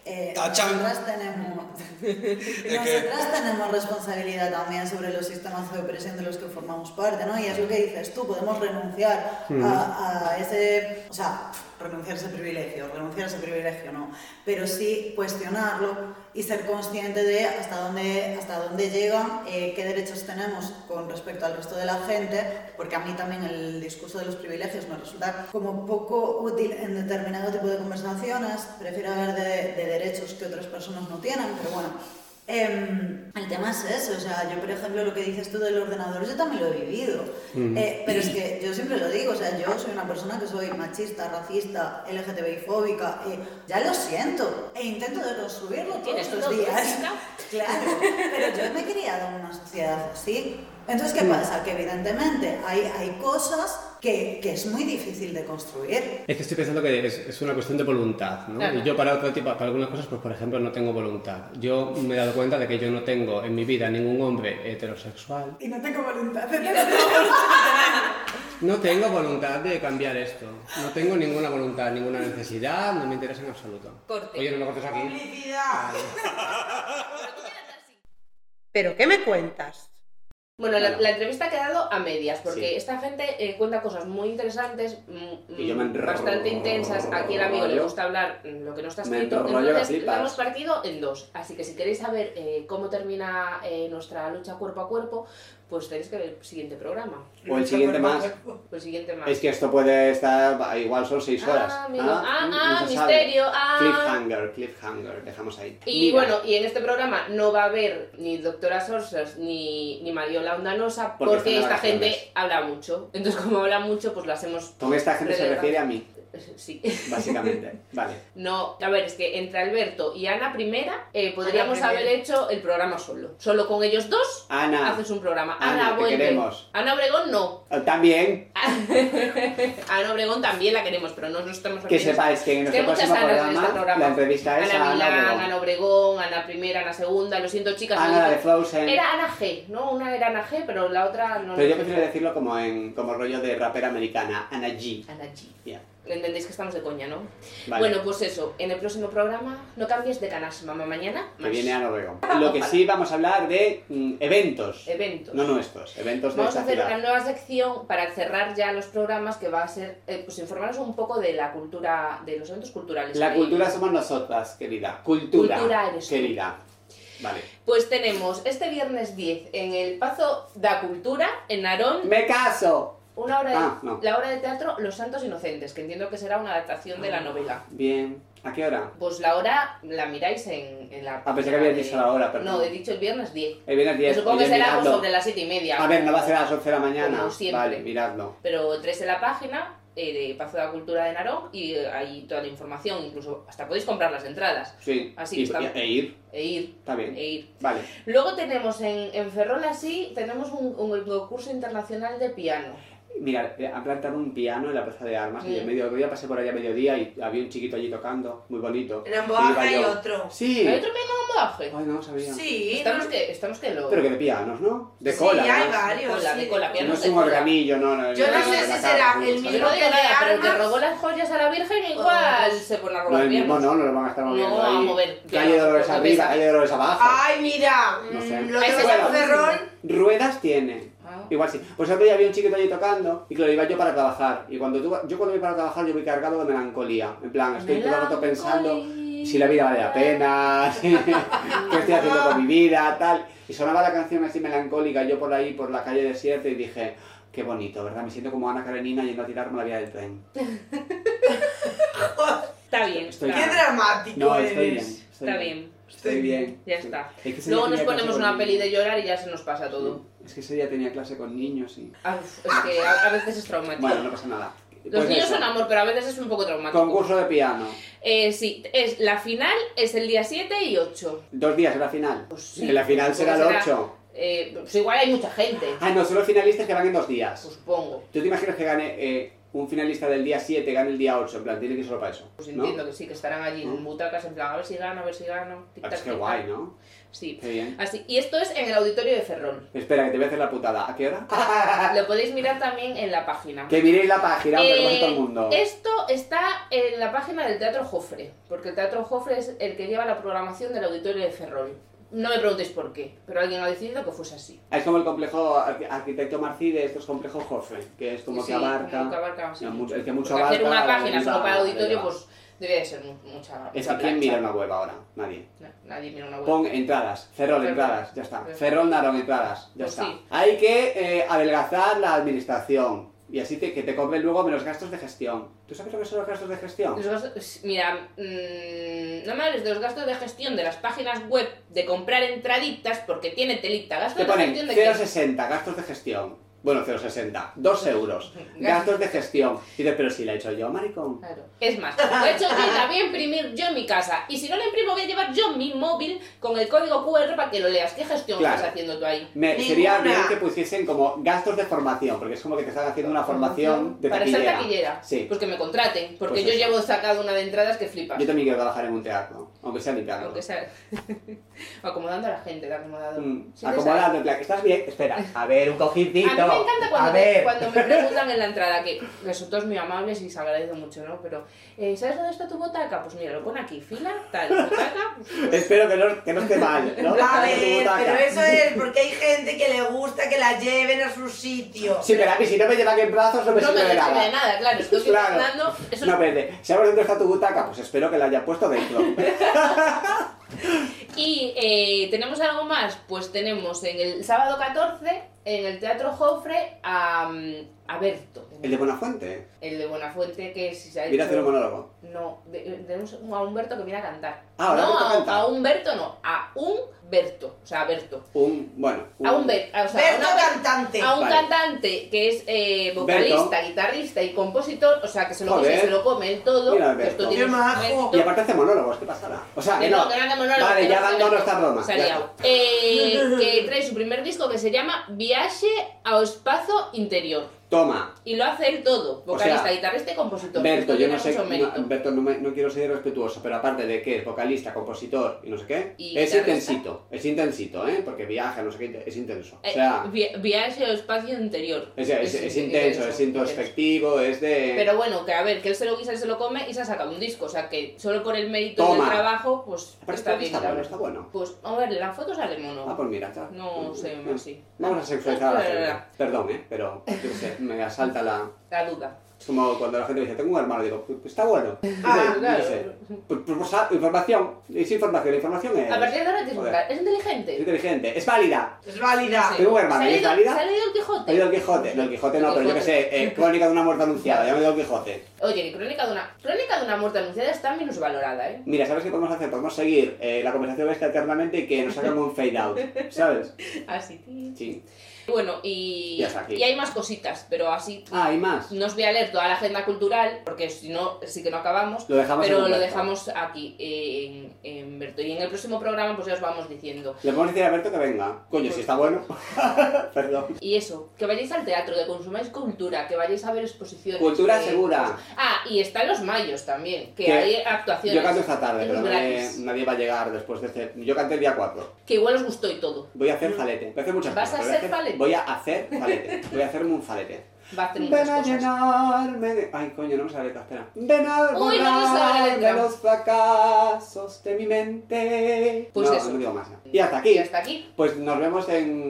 [SPEAKER 9] Eh,
[SPEAKER 8] Tachán.
[SPEAKER 9] nosotras tenemos,
[SPEAKER 8] que-
[SPEAKER 9] nosotras tenemos responsabilidad también sobre los sistemas de opresión de los que formamos parte, ¿no? Y es lo que dices tú, podemos renunciar a, a ese, o sea, renunciar a ese privilegio, renunciar a ese privilegio, no, pero sí cuestionarlo y ser consciente de hasta dónde, hasta dónde llega, eh, qué derechos tenemos con respecto al resto de la gente, porque a mí también el discurso de los privilegios me resulta como poco útil en determinado tipo de conversaciones, prefiero hablar de, de derechos que otras personas no tienen, pero bueno. em, el tema es eso, o sea, yo por ejemplo lo que dices tú del ordenador, yo también lo he vivido, Eh, pero es que yo siempre lo digo, o sea, yo soy una persona que soy machista, racista, LGTBI fóbica, eh, ya lo siento, e intento deconstruirlo todos
[SPEAKER 3] Tienes
[SPEAKER 9] los
[SPEAKER 3] todo,
[SPEAKER 9] días.
[SPEAKER 3] chica.
[SPEAKER 9] Claro, pero yo me he criado en una sociedad así. Entonces, ¿qué pasa? Que evidentemente hay, hay cosas que, que es muy difícil de construir.
[SPEAKER 2] Es que estoy pensando que es, es una cuestión de voluntad, ¿no?
[SPEAKER 3] Claro.
[SPEAKER 2] Y yo para otro tipo, para algunas cosas, pues por ejemplo, no tengo voluntad. Yo me he dado cuenta de que yo no tengo en mi vida ningún hombre heterosexual.
[SPEAKER 9] Y no tengo voluntad.
[SPEAKER 2] No tengo voluntad de cambiar esto. No tengo ninguna voluntad, ninguna necesidad, no me interesa en absoluto.
[SPEAKER 3] Corte.
[SPEAKER 2] Oye, no me cortes aquí.
[SPEAKER 1] Publicidad.
[SPEAKER 4] ¿Pero qué me cuentas?
[SPEAKER 3] Bueno, la, la entrevista ha quedado a medias, porque
[SPEAKER 16] Sí.
[SPEAKER 3] esta gente eh, cuenta cosas muy interesantes, mm,
[SPEAKER 16] Y yo me
[SPEAKER 3] mm, bastante
[SPEAKER 16] enrollo.
[SPEAKER 3] intensas. Aquí el amigo le gusta hablar mm, lo que no está
[SPEAKER 16] Me
[SPEAKER 3] escrito,
[SPEAKER 16] enrollo que
[SPEAKER 3] entonces
[SPEAKER 16] flipas.
[SPEAKER 3] lo hemos partido en dos. Así que si queréis saber eh, cómo termina eh, nuestra lucha cuerpo a cuerpo, pues tenéis que ver el siguiente programa,
[SPEAKER 16] O el siguiente más.
[SPEAKER 3] el siguiente más.
[SPEAKER 16] Es que esto puede estar, bah, igual son seis horas.
[SPEAKER 3] Ah, amigo. ah, ah,
[SPEAKER 16] no se sabe.
[SPEAKER 3] misterio, ah.
[SPEAKER 16] Cliffhanger, cliffhanger, dejamos ahí.
[SPEAKER 3] Y
[SPEAKER 16] Mira,
[SPEAKER 3] bueno, y en este programa no va a haber ni doctora Sorsas ni, ni Mariola Ondanosa
[SPEAKER 16] Porque
[SPEAKER 3] porque,
[SPEAKER 16] están de
[SPEAKER 3] esta gente
[SPEAKER 16] vacaciones.
[SPEAKER 3] habla mucho. Entonces, como habla mucho, pues las hemos.
[SPEAKER 16] Con esta gente se
[SPEAKER 3] relegado.
[SPEAKER 16] refiere a mí,
[SPEAKER 3] Sí.
[SPEAKER 16] básicamente. vale.
[SPEAKER 3] No, a ver, es que entre Alberto y Ana Primera eh, podríamos
[SPEAKER 4] Primera.
[SPEAKER 3] haber hecho el programa solo. Solo con ellos dos
[SPEAKER 16] Ana,
[SPEAKER 3] haces un programa.
[SPEAKER 16] Ana,
[SPEAKER 3] Ana,
[SPEAKER 16] te
[SPEAKER 3] vuelve.
[SPEAKER 16] Ah. queremos.
[SPEAKER 3] Ana Obregón no.
[SPEAKER 16] también,
[SPEAKER 3] Ah, Ana Obregón también la queremos, pero no nos estamos
[SPEAKER 16] que
[SPEAKER 3] refiriendo-
[SPEAKER 16] sepáis que en
[SPEAKER 3] Es que
[SPEAKER 16] nuestro
[SPEAKER 3] hay muchas Anas
[SPEAKER 16] próximo
[SPEAKER 3] en
[SPEAKER 16] programa,
[SPEAKER 3] este programa.
[SPEAKER 16] la entrevista es
[SPEAKER 3] Ana
[SPEAKER 16] a Ana
[SPEAKER 3] Milán,
[SPEAKER 16] Obregón.
[SPEAKER 3] Ana Obregón, Ana Primera, Ana Segunda. Lo siento, chicas.
[SPEAKER 16] Ana,
[SPEAKER 3] no
[SPEAKER 16] la de
[SPEAKER 3] digo-
[SPEAKER 16] Frozen.
[SPEAKER 3] Era Ana G, ¿no? Una era Ana G, pero la otra no.
[SPEAKER 16] Pero yo prefiero decirlo como en como rollo de rapera americana, Ana G.
[SPEAKER 3] Ana G.
[SPEAKER 16] Ya,
[SPEAKER 3] Entendéis que estamos de coña, ¿no?
[SPEAKER 16] vale.
[SPEAKER 3] Bueno, pues eso. En el próximo programa, no cambies de canal, mamá. Mañana,
[SPEAKER 16] que
[SPEAKER 3] más
[SPEAKER 16] viene Ana Obregón. Lo que sí vamos a hablar de mm, eventos,
[SPEAKER 3] eventos.
[SPEAKER 16] no nuestros, eventos de
[SPEAKER 3] Vamos a
[SPEAKER 16] esta
[SPEAKER 3] hacer
[SPEAKER 16] ciudad.
[SPEAKER 3] una nueva sección para cerrar ya los programas que va a ser, eh, pues informaros un poco de la cultura, de los eventos culturales. que
[SPEAKER 16] La
[SPEAKER 3] hay.
[SPEAKER 16] cultura somos nosotras, querida. Cultura,
[SPEAKER 3] Cultura eres tú.
[SPEAKER 16] querida. Vale.
[SPEAKER 3] Pues tenemos este viernes 10 en el Pazo da Cultura, en Narón,
[SPEAKER 16] ¡Me caso!
[SPEAKER 3] Una obra de,
[SPEAKER 16] Ah, no.
[SPEAKER 3] La obra de teatro Los Santos Inocentes, que entiendo que será una adaptación
[SPEAKER 16] Ah.
[SPEAKER 3] de la novela.
[SPEAKER 16] Bien. ¿A qué hora?
[SPEAKER 3] Pues la hora la miráis en, en la.
[SPEAKER 16] Ah, pensé que
[SPEAKER 3] página
[SPEAKER 16] habías dicho la hora, perdón.
[SPEAKER 3] No, he dicho el viernes 10.
[SPEAKER 16] El viernes 10.
[SPEAKER 3] supongo
[SPEAKER 16] oye,
[SPEAKER 3] que será pues,
[SPEAKER 16] miradlo.
[SPEAKER 3] sobre las 7 y media.
[SPEAKER 16] A ver, no va a ser a las 11 de la mañana.
[SPEAKER 3] Como siempre.
[SPEAKER 16] Vale, miradlo.
[SPEAKER 3] Pero entréis en la página eh, de Pazo de la Cultura de Narón y eh, hay toda la información, incluso hasta podéis comprar las entradas
[SPEAKER 16] Sí.
[SPEAKER 3] Así
[SPEAKER 16] y,
[SPEAKER 3] que está-
[SPEAKER 16] y- E ir.
[SPEAKER 3] e ir.
[SPEAKER 16] Está bien.
[SPEAKER 3] E ir.
[SPEAKER 16] Vale.
[SPEAKER 3] Luego tenemos en, en Ferrol así, tenemos un, un concurso internacional de piano.
[SPEAKER 16] Mira, eh, han plantado un piano en la plaza de armas y
[SPEAKER 3] Mm.
[SPEAKER 16] yo medio otro día pasé por allá a mediodía y había un chiquito allí tocando, muy bonito.
[SPEAKER 1] En
[SPEAKER 16] Y iba
[SPEAKER 1] Amboaja hay
[SPEAKER 16] yo,
[SPEAKER 1] otro.
[SPEAKER 16] Sí.
[SPEAKER 3] ¿Hay otro piano en Modaje?
[SPEAKER 16] Ay, no lo sabía.
[SPEAKER 1] Sí,
[SPEAKER 3] Estamos
[SPEAKER 1] no-
[SPEAKER 3] que, estamos que lo.
[SPEAKER 16] Pero que de pianos, ¿no? De
[SPEAKER 1] sí,
[SPEAKER 16] cola.
[SPEAKER 1] hay
[SPEAKER 16] ¿no?
[SPEAKER 1] varios.
[SPEAKER 3] Cola,
[SPEAKER 1] sí,
[SPEAKER 3] de cola,
[SPEAKER 16] No
[SPEAKER 3] pianos
[SPEAKER 16] es
[SPEAKER 3] de
[SPEAKER 16] un
[SPEAKER 3] cola.
[SPEAKER 16] organillo, no, no.
[SPEAKER 1] Yo no
[SPEAKER 16] no
[SPEAKER 1] sé
[SPEAKER 16] la
[SPEAKER 1] si
[SPEAKER 16] cara,
[SPEAKER 1] será
[SPEAKER 16] no,
[SPEAKER 1] el
[SPEAKER 16] no,
[SPEAKER 1] mismo
[SPEAKER 3] Yo no digo
[SPEAKER 1] de
[SPEAKER 3] nada, pero el que Oh,
[SPEAKER 1] armas.
[SPEAKER 3] robó las joyas a la Virgen igual se pone a
[SPEAKER 16] No,
[SPEAKER 3] robar
[SPEAKER 16] el mismo
[SPEAKER 3] pianos.
[SPEAKER 16] no, no lo van a estar
[SPEAKER 3] No,
[SPEAKER 16] moviendo
[SPEAKER 3] a
[SPEAKER 16] ahí.
[SPEAKER 3] mover.
[SPEAKER 16] Calle
[SPEAKER 3] Ya,
[SPEAKER 16] Dolores
[SPEAKER 3] no
[SPEAKER 16] arriba,
[SPEAKER 3] pesa.
[SPEAKER 16] calle Dolores abajo.
[SPEAKER 1] Ay, mira.
[SPEAKER 16] No sé.
[SPEAKER 1] mm, Lo
[SPEAKER 3] Ah, Ese
[SPEAKER 1] de
[SPEAKER 3] es
[SPEAKER 1] San
[SPEAKER 3] bueno.
[SPEAKER 1] Ferrol.
[SPEAKER 16] Ruedas tiene.
[SPEAKER 3] Ah.
[SPEAKER 16] Igual sí. Pues el otro día había un chiquito allí tocando y claro, iba yo para trabajar. Y cuando tú, yo cuando voy para trabajar yo voy cargado de melancolía. En plan, estoy todo el rato pensando si la vida vale la pena, si- qué estoy haciendo con mi vida, tal. Y sonaba la canción así melancólica, yo por ahí, por la calle desierta y dije, qué bonito, ¿verdad? Me siento como Ana Karenina yendo a tirarme la vía del tren.
[SPEAKER 3] Está bien,
[SPEAKER 16] Estoy-
[SPEAKER 1] Qué
[SPEAKER 3] está,
[SPEAKER 1] dramático
[SPEAKER 16] No,
[SPEAKER 1] eres.
[SPEAKER 16] estoy bien. estoy
[SPEAKER 3] Pues, está bien.
[SPEAKER 16] Estoy bien.
[SPEAKER 3] Ya
[SPEAKER 16] Sí.
[SPEAKER 3] está.
[SPEAKER 16] Es que ese
[SPEAKER 3] Luego
[SPEAKER 16] día
[SPEAKER 3] nos
[SPEAKER 16] tenía
[SPEAKER 3] ponemos
[SPEAKER 16] clase
[SPEAKER 3] una
[SPEAKER 16] con
[SPEAKER 3] peli de
[SPEAKER 16] niños.
[SPEAKER 3] llorar y ya se nos pasa todo.
[SPEAKER 16] Es que ese día tenía clase con niños y...
[SPEAKER 3] Ah, uf, es que a, a veces es traumático.
[SPEAKER 16] Bueno, no pasa nada.
[SPEAKER 3] Los
[SPEAKER 16] Pues
[SPEAKER 3] niños
[SPEAKER 16] eso.
[SPEAKER 3] son amor, pero a veces es un poco traumático.
[SPEAKER 16] Concurso de piano.
[SPEAKER 3] Eh, sí, es, la final es el día 7 y 8.
[SPEAKER 16] Dos días en la final.
[SPEAKER 3] Pues sí,
[SPEAKER 16] en la final
[SPEAKER 3] pues
[SPEAKER 16] será el Ah,
[SPEAKER 3] será.
[SPEAKER 16] 8.
[SPEAKER 3] Eh, pues igual hay mucha gente,
[SPEAKER 16] Ah, no, son los finalistas que van en dos días.
[SPEAKER 3] supongo.
[SPEAKER 16] ¿Tú te imaginas que gane eh, un finalista del día 7 gana el día 8, en plan, tiene que ir solo para eso.
[SPEAKER 3] Pues
[SPEAKER 16] ¿no?
[SPEAKER 3] entiendo que sí, que estarán allí en
[SPEAKER 16] ¿No?
[SPEAKER 3] butacas, en plan, a ver si gano, a ver si gano. tic,
[SPEAKER 16] Ah,
[SPEAKER 3] tac,
[SPEAKER 16] pues qué
[SPEAKER 3] tic,
[SPEAKER 16] guay,
[SPEAKER 3] tac.
[SPEAKER 16] ¿no?
[SPEAKER 3] Sí.
[SPEAKER 16] Qué bien.
[SPEAKER 3] Así, y esto es en el auditorio de Ferrol.
[SPEAKER 16] Espera, que te voy a hacer la putada. ¿A qué hora?
[SPEAKER 3] Ah.
[SPEAKER 16] Ah.
[SPEAKER 3] Lo podéis mirar también en la página.
[SPEAKER 16] Que miréis la página, hombre, como hace
[SPEAKER 3] Eh,
[SPEAKER 16] todo el mundo.
[SPEAKER 3] Esto está en la página del Teatro Jofre, porque el Teatro Jofre es el que lleva la programación del auditorio de Ferrol. No me preguntéis por qué, pero alguien ha decidido que fuese así.
[SPEAKER 16] Ah, Es como el complejo arqui- arquitecto Marcí de estos complejos Jorge, que es como
[SPEAKER 3] Sí,
[SPEAKER 16] que abarca.
[SPEAKER 3] como que abarca, sí.
[SPEAKER 16] no, mucho- el que mucho
[SPEAKER 3] Porque hacer
[SPEAKER 16] abarca,
[SPEAKER 3] una página
[SPEAKER 16] mucha-
[SPEAKER 3] solo para el auditorio,
[SPEAKER 16] lleva.
[SPEAKER 3] pues debía de ser mu- mucha.
[SPEAKER 16] Es
[SPEAKER 3] mucha
[SPEAKER 16] que ¿quién
[SPEAKER 3] plancha.
[SPEAKER 16] mira una web ahora? Nadie.
[SPEAKER 3] Na- Nadie mira una web.
[SPEAKER 16] Pon entradas, Ferrol
[SPEAKER 3] Ferrol.
[SPEAKER 16] entradas, ya está.
[SPEAKER 3] Ferrol.
[SPEAKER 16] Ferrol Narón entradas, ya
[SPEAKER 3] Pues
[SPEAKER 16] está.
[SPEAKER 3] sí.
[SPEAKER 16] Hay que eh, adelgazar la administración y así te- que te cobren luego menos gastos de gestión. ¿Tú sabes lo que son los gastos de gestión?
[SPEAKER 3] Los gastos- mira, mm, no me hables de los gastos de gestión de las páginas web de comprar entraditas porque tiene telita. Gastos
[SPEAKER 16] Te
[SPEAKER 3] de
[SPEAKER 16] ponen
[SPEAKER 3] gestión de que-
[SPEAKER 16] 0,60 gastos de gestión. Bueno, 0,60, 2 euros. Gastos de gestión. Y dices, pero si la he hecho yo, maricón.
[SPEAKER 3] Claro. Es más, de hecho que la voy a imprimir yo en mi casa. Y si no la imprimo, voy a llevar yo mi móvil con el código QR para que lo leas. ¿Qué gestión
[SPEAKER 16] Claro.
[SPEAKER 3] estás haciendo tú ahí?
[SPEAKER 16] Me, sería
[SPEAKER 1] Ninguna.
[SPEAKER 16] bien que pusiesen como gastos de formación, porque es como que te están haciendo una formación de
[SPEAKER 3] para
[SPEAKER 16] taquillera.
[SPEAKER 3] ser taquillera.
[SPEAKER 16] Sí.
[SPEAKER 3] Pues que me contraten, porque
[SPEAKER 16] Pues
[SPEAKER 3] yo
[SPEAKER 16] eso.
[SPEAKER 3] llevo sacado una de entradas que flipas.
[SPEAKER 16] Yo también quiero trabajar en un teatro, aunque sea mi teatro.
[SPEAKER 3] Aunque sea- acomodando a la gente, de acomodador.
[SPEAKER 16] Mm,
[SPEAKER 3] Sí que sabes.
[SPEAKER 16] acomodando, en plan, que estás bien, espera, a ver, un cojincito.
[SPEAKER 3] A mí me encanta
[SPEAKER 16] a
[SPEAKER 3] cuando, me,
[SPEAKER 16] ver.
[SPEAKER 3] cuando me preguntan en la entrada, que, que son todos muy amables y se agradece mucho, ¿no? Pero, eh, ¿sabes dónde está tu botaca? Pues mira, lo pone aquí, fila, tal, botaca.
[SPEAKER 16] Espero que no, que no esté mal, ¿no?
[SPEAKER 1] A
[SPEAKER 16] Que no esté
[SPEAKER 1] ver,
[SPEAKER 16] butaca.
[SPEAKER 1] pero eso es porque hay gente que le gusta que la lleven a su sitio.
[SPEAKER 16] Sí, pero a mí si no me llevan en brazos Pues no me
[SPEAKER 3] no me
[SPEAKER 16] sirve de
[SPEAKER 3] recibe
[SPEAKER 16] nada.
[SPEAKER 3] de nada, claro. Estoy
[SPEAKER 16] Claro.
[SPEAKER 3] intentando. Eso
[SPEAKER 16] No,
[SPEAKER 3] es-
[SPEAKER 16] vete. Si ahora dentro está tu butaca, pues espero que la haya puesto dentro.
[SPEAKER 3] Y eh, tenemos algo más, pues tenemos en el sábado 14, en el Teatro Jofre, a, mm, a Berto.
[SPEAKER 16] El de Buenafuente.
[SPEAKER 3] El de Buenafuente, que si se ha
[SPEAKER 16] Mira,
[SPEAKER 3] hecho-
[SPEAKER 16] hacer un monólogo.
[SPEAKER 3] No, de- de- tenemos a Humberto que viene a cantar.
[SPEAKER 16] Ah, ahora
[SPEAKER 3] no,
[SPEAKER 16] Berto
[SPEAKER 3] a,
[SPEAKER 16] canta.
[SPEAKER 3] a Humberto no, a un Berto, o sea, a Berto.
[SPEAKER 16] Un, bueno. un-
[SPEAKER 3] A un Ber- a- o sea, a
[SPEAKER 1] Berto
[SPEAKER 3] una per-
[SPEAKER 1] cantante.
[SPEAKER 3] a un
[SPEAKER 16] Vale.
[SPEAKER 3] cantante que es eh, vocalista, guitarrista y compositor, o sea, que se lo,
[SPEAKER 16] Joder.
[SPEAKER 3] come, se lo come el todo.
[SPEAKER 16] Mira,
[SPEAKER 3] que esto
[SPEAKER 16] Berto.
[SPEAKER 3] tiene
[SPEAKER 1] Qué
[SPEAKER 3] un-
[SPEAKER 1] majo.
[SPEAKER 16] Y aparte hace monólogos, ¿qué pasará? O sea, que no.
[SPEAKER 3] que haga monólogo,
[SPEAKER 16] Vale,
[SPEAKER 3] que no
[SPEAKER 16] ya
[SPEAKER 3] se
[SPEAKER 16] abandono
[SPEAKER 3] le-
[SPEAKER 16] esta broma.
[SPEAKER 3] se ha
[SPEAKER 16] ya
[SPEAKER 3] liado.
[SPEAKER 16] está.
[SPEAKER 3] Eh, que trae su primer disco que se llama Viaje ao Espacio Interior.
[SPEAKER 16] Toma,
[SPEAKER 3] Y lo hace él todo, vocalista,
[SPEAKER 16] sea,
[SPEAKER 3] guitarrista y compositor.
[SPEAKER 16] Berto,
[SPEAKER 3] Esto
[SPEAKER 16] yo
[SPEAKER 3] tiene
[SPEAKER 16] no sé,
[SPEAKER 3] mucho mérito.
[SPEAKER 16] no, Berto, no, me- no quiero ser irrespetuoso, pero aparte de que es vocalista, compositor y no sé qué,
[SPEAKER 3] Y
[SPEAKER 16] es
[SPEAKER 3] guitarrista.
[SPEAKER 16] intensito, es intensito, ¿eh? Porque viaja, no sé qué, es intenso.
[SPEAKER 3] Eh,
[SPEAKER 16] O sea,
[SPEAKER 3] vi- viaje ao Espacio Interior.
[SPEAKER 16] es, es- es intenso, es introspectivo, es de...
[SPEAKER 3] Pero bueno, que a ver, que él se lo guisa, él se lo come y se ha sacado un disco. O sea, que solo por el mérito
[SPEAKER 16] Toma.
[SPEAKER 3] del trabajo, pues
[SPEAKER 16] Aparte
[SPEAKER 3] está bien.
[SPEAKER 16] está
[SPEAKER 3] la
[SPEAKER 16] bueno,
[SPEAKER 3] verdad.
[SPEAKER 16] está bueno.
[SPEAKER 3] Pues, a ver, la foto sale mono.
[SPEAKER 16] Ah, pues mira, está.
[SPEAKER 3] No sé,
[SPEAKER 16] Mm,
[SPEAKER 3] más sí.
[SPEAKER 16] Vamos a sexualizar a la
[SPEAKER 3] Pero-
[SPEAKER 16] gente. Perdón, ¿eh? Pero, yo qué sé, me asalta la...
[SPEAKER 3] La duda.
[SPEAKER 16] Es como cuando la gente dice, tengo un hermano, digo, "Pues está bueno.
[SPEAKER 1] Ah,
[SPEAKER 16] Yo qué sé. Pues, pues, pues, ah, información, es información, la información es...
[SPEAKER 3] A partir de ahora tienes que
[SPEAKER 16] Joder.
[SPEAKER 3] buscar. Es
[SPEAKER 16] Es
[SPEAKER 3] inteligente.
[SPEAKER 16] inteligente, es válida.
[SPEAKER 1] Es válida.
[SPEAKER 16] Tengo un Ah, hermano,
[SPEAKER 3] ¿Se ha
[SPEAKER 16] ¿es
[SPEAKER 3] leído-
[SPEAKER 16] válida?
[SPEAKER 3] se ha leído el Quijote?
[SPEAKER 16] He leído el Quijote, no, el Quijote no,
[SPEAKER 3] El
[SPEAKER 16] pero yo que
[SPEAKER 3] Quijote.
[SPEAKER 16] sé, eh, crónica de una muerte anunciada, ya me digo el Quijote.
[SPEAKER 3] Oye, que crónica de una. Crónica de una muerte anunciada está minusvalorada, ¿eh?
[SPEAKER 16] Mira, ¿sabes qué podemos hacer? Podemos seguir eh, la conversación esta eternamente y que nos hagan un fade out, ¿sabes?
[SPEAKER 3] Así. ti.
[SPEAKER 16] Sí.
[SPEAKER 3] Bueno, y.
[SPEAKER 16] Y hasta aquí.
[SPEAKER 3] y hay más cositas, pero así.
[SPEAKER 16] Ah, hay más.
[SPEAKER 3] No os voy a leer toda la agenda cultural, porque si no, sí que no acabamos.
[SPEAKER 16] Lo dejamos en
[SPEAKER 3] pero
[SPEAKER 16] un
[SPEAKER 3] lo
[SPEAKER 16] hueco.
[SPEAKER 3] dejamos aquí, eh, en, en Berto. Y en el próximo programa, pues ya os vamos diciendo.
[SPEAKER 16] Le podemos decir a Berto que venga. Coño, si está bueno. Perdón.
[SPEAKER 3] Y eso, que vayáis al teatro, que consumáis cultura, que vayáis a ver exposiciones.
[SPEAKER 16] Cultura
[SPEAKER 3] que-
[SPEAKER 16] segura.
[SPEAKER 3] Ah, y están los mayos también, que
[SPEAKER 16] Que
[SPEAKER 3] hay actuaciones.
[SPEAKER 16] Yo canto esta tarde, pero nadie,
[SPEAKER 3] gratis,
[SPEAKER 16] nadie va a llegar después de este... Yo canto el día 4.
[SPEAKER 3] Que igual os gustó y todo.
[SPEAKER 16] Voy a hacer falete. Voy a hacer muchas
[SPEAKER 3] ¿Vas
[SPEAKER 16] cosas.
[SPEAKER 3] a
[SPEAKER 16] pero
[SPEAKER 3] hacer falete?
[SPEAKER 16] Voy a hacer falete. Voy a hacerme un falete.
[SPEAKER 3] Va a hacer muchas
[SPEAKER 16] Ven a
[SPEAKER 3] cosas.
[SPEAKER 16] llenarme de... Ay, coño, no me sale la letra, espera. Ven a
[SPEAKER 3] Uy, no me sale la
[SPEAKER 16] borrar
[SPEAKER 3] letra.
[SPEAKER 16] de los fracasos de mi mente.
[SPEAKER 3] Pues
[SPEAKER 16] no,
[SPEAKER 3] eso.
[SPEAKER 16] no digo más. ya. Y hasta aquí.
[SPEAKER 3] Y hasta aquí.
[SPEAKER 16] Pues nos vemos en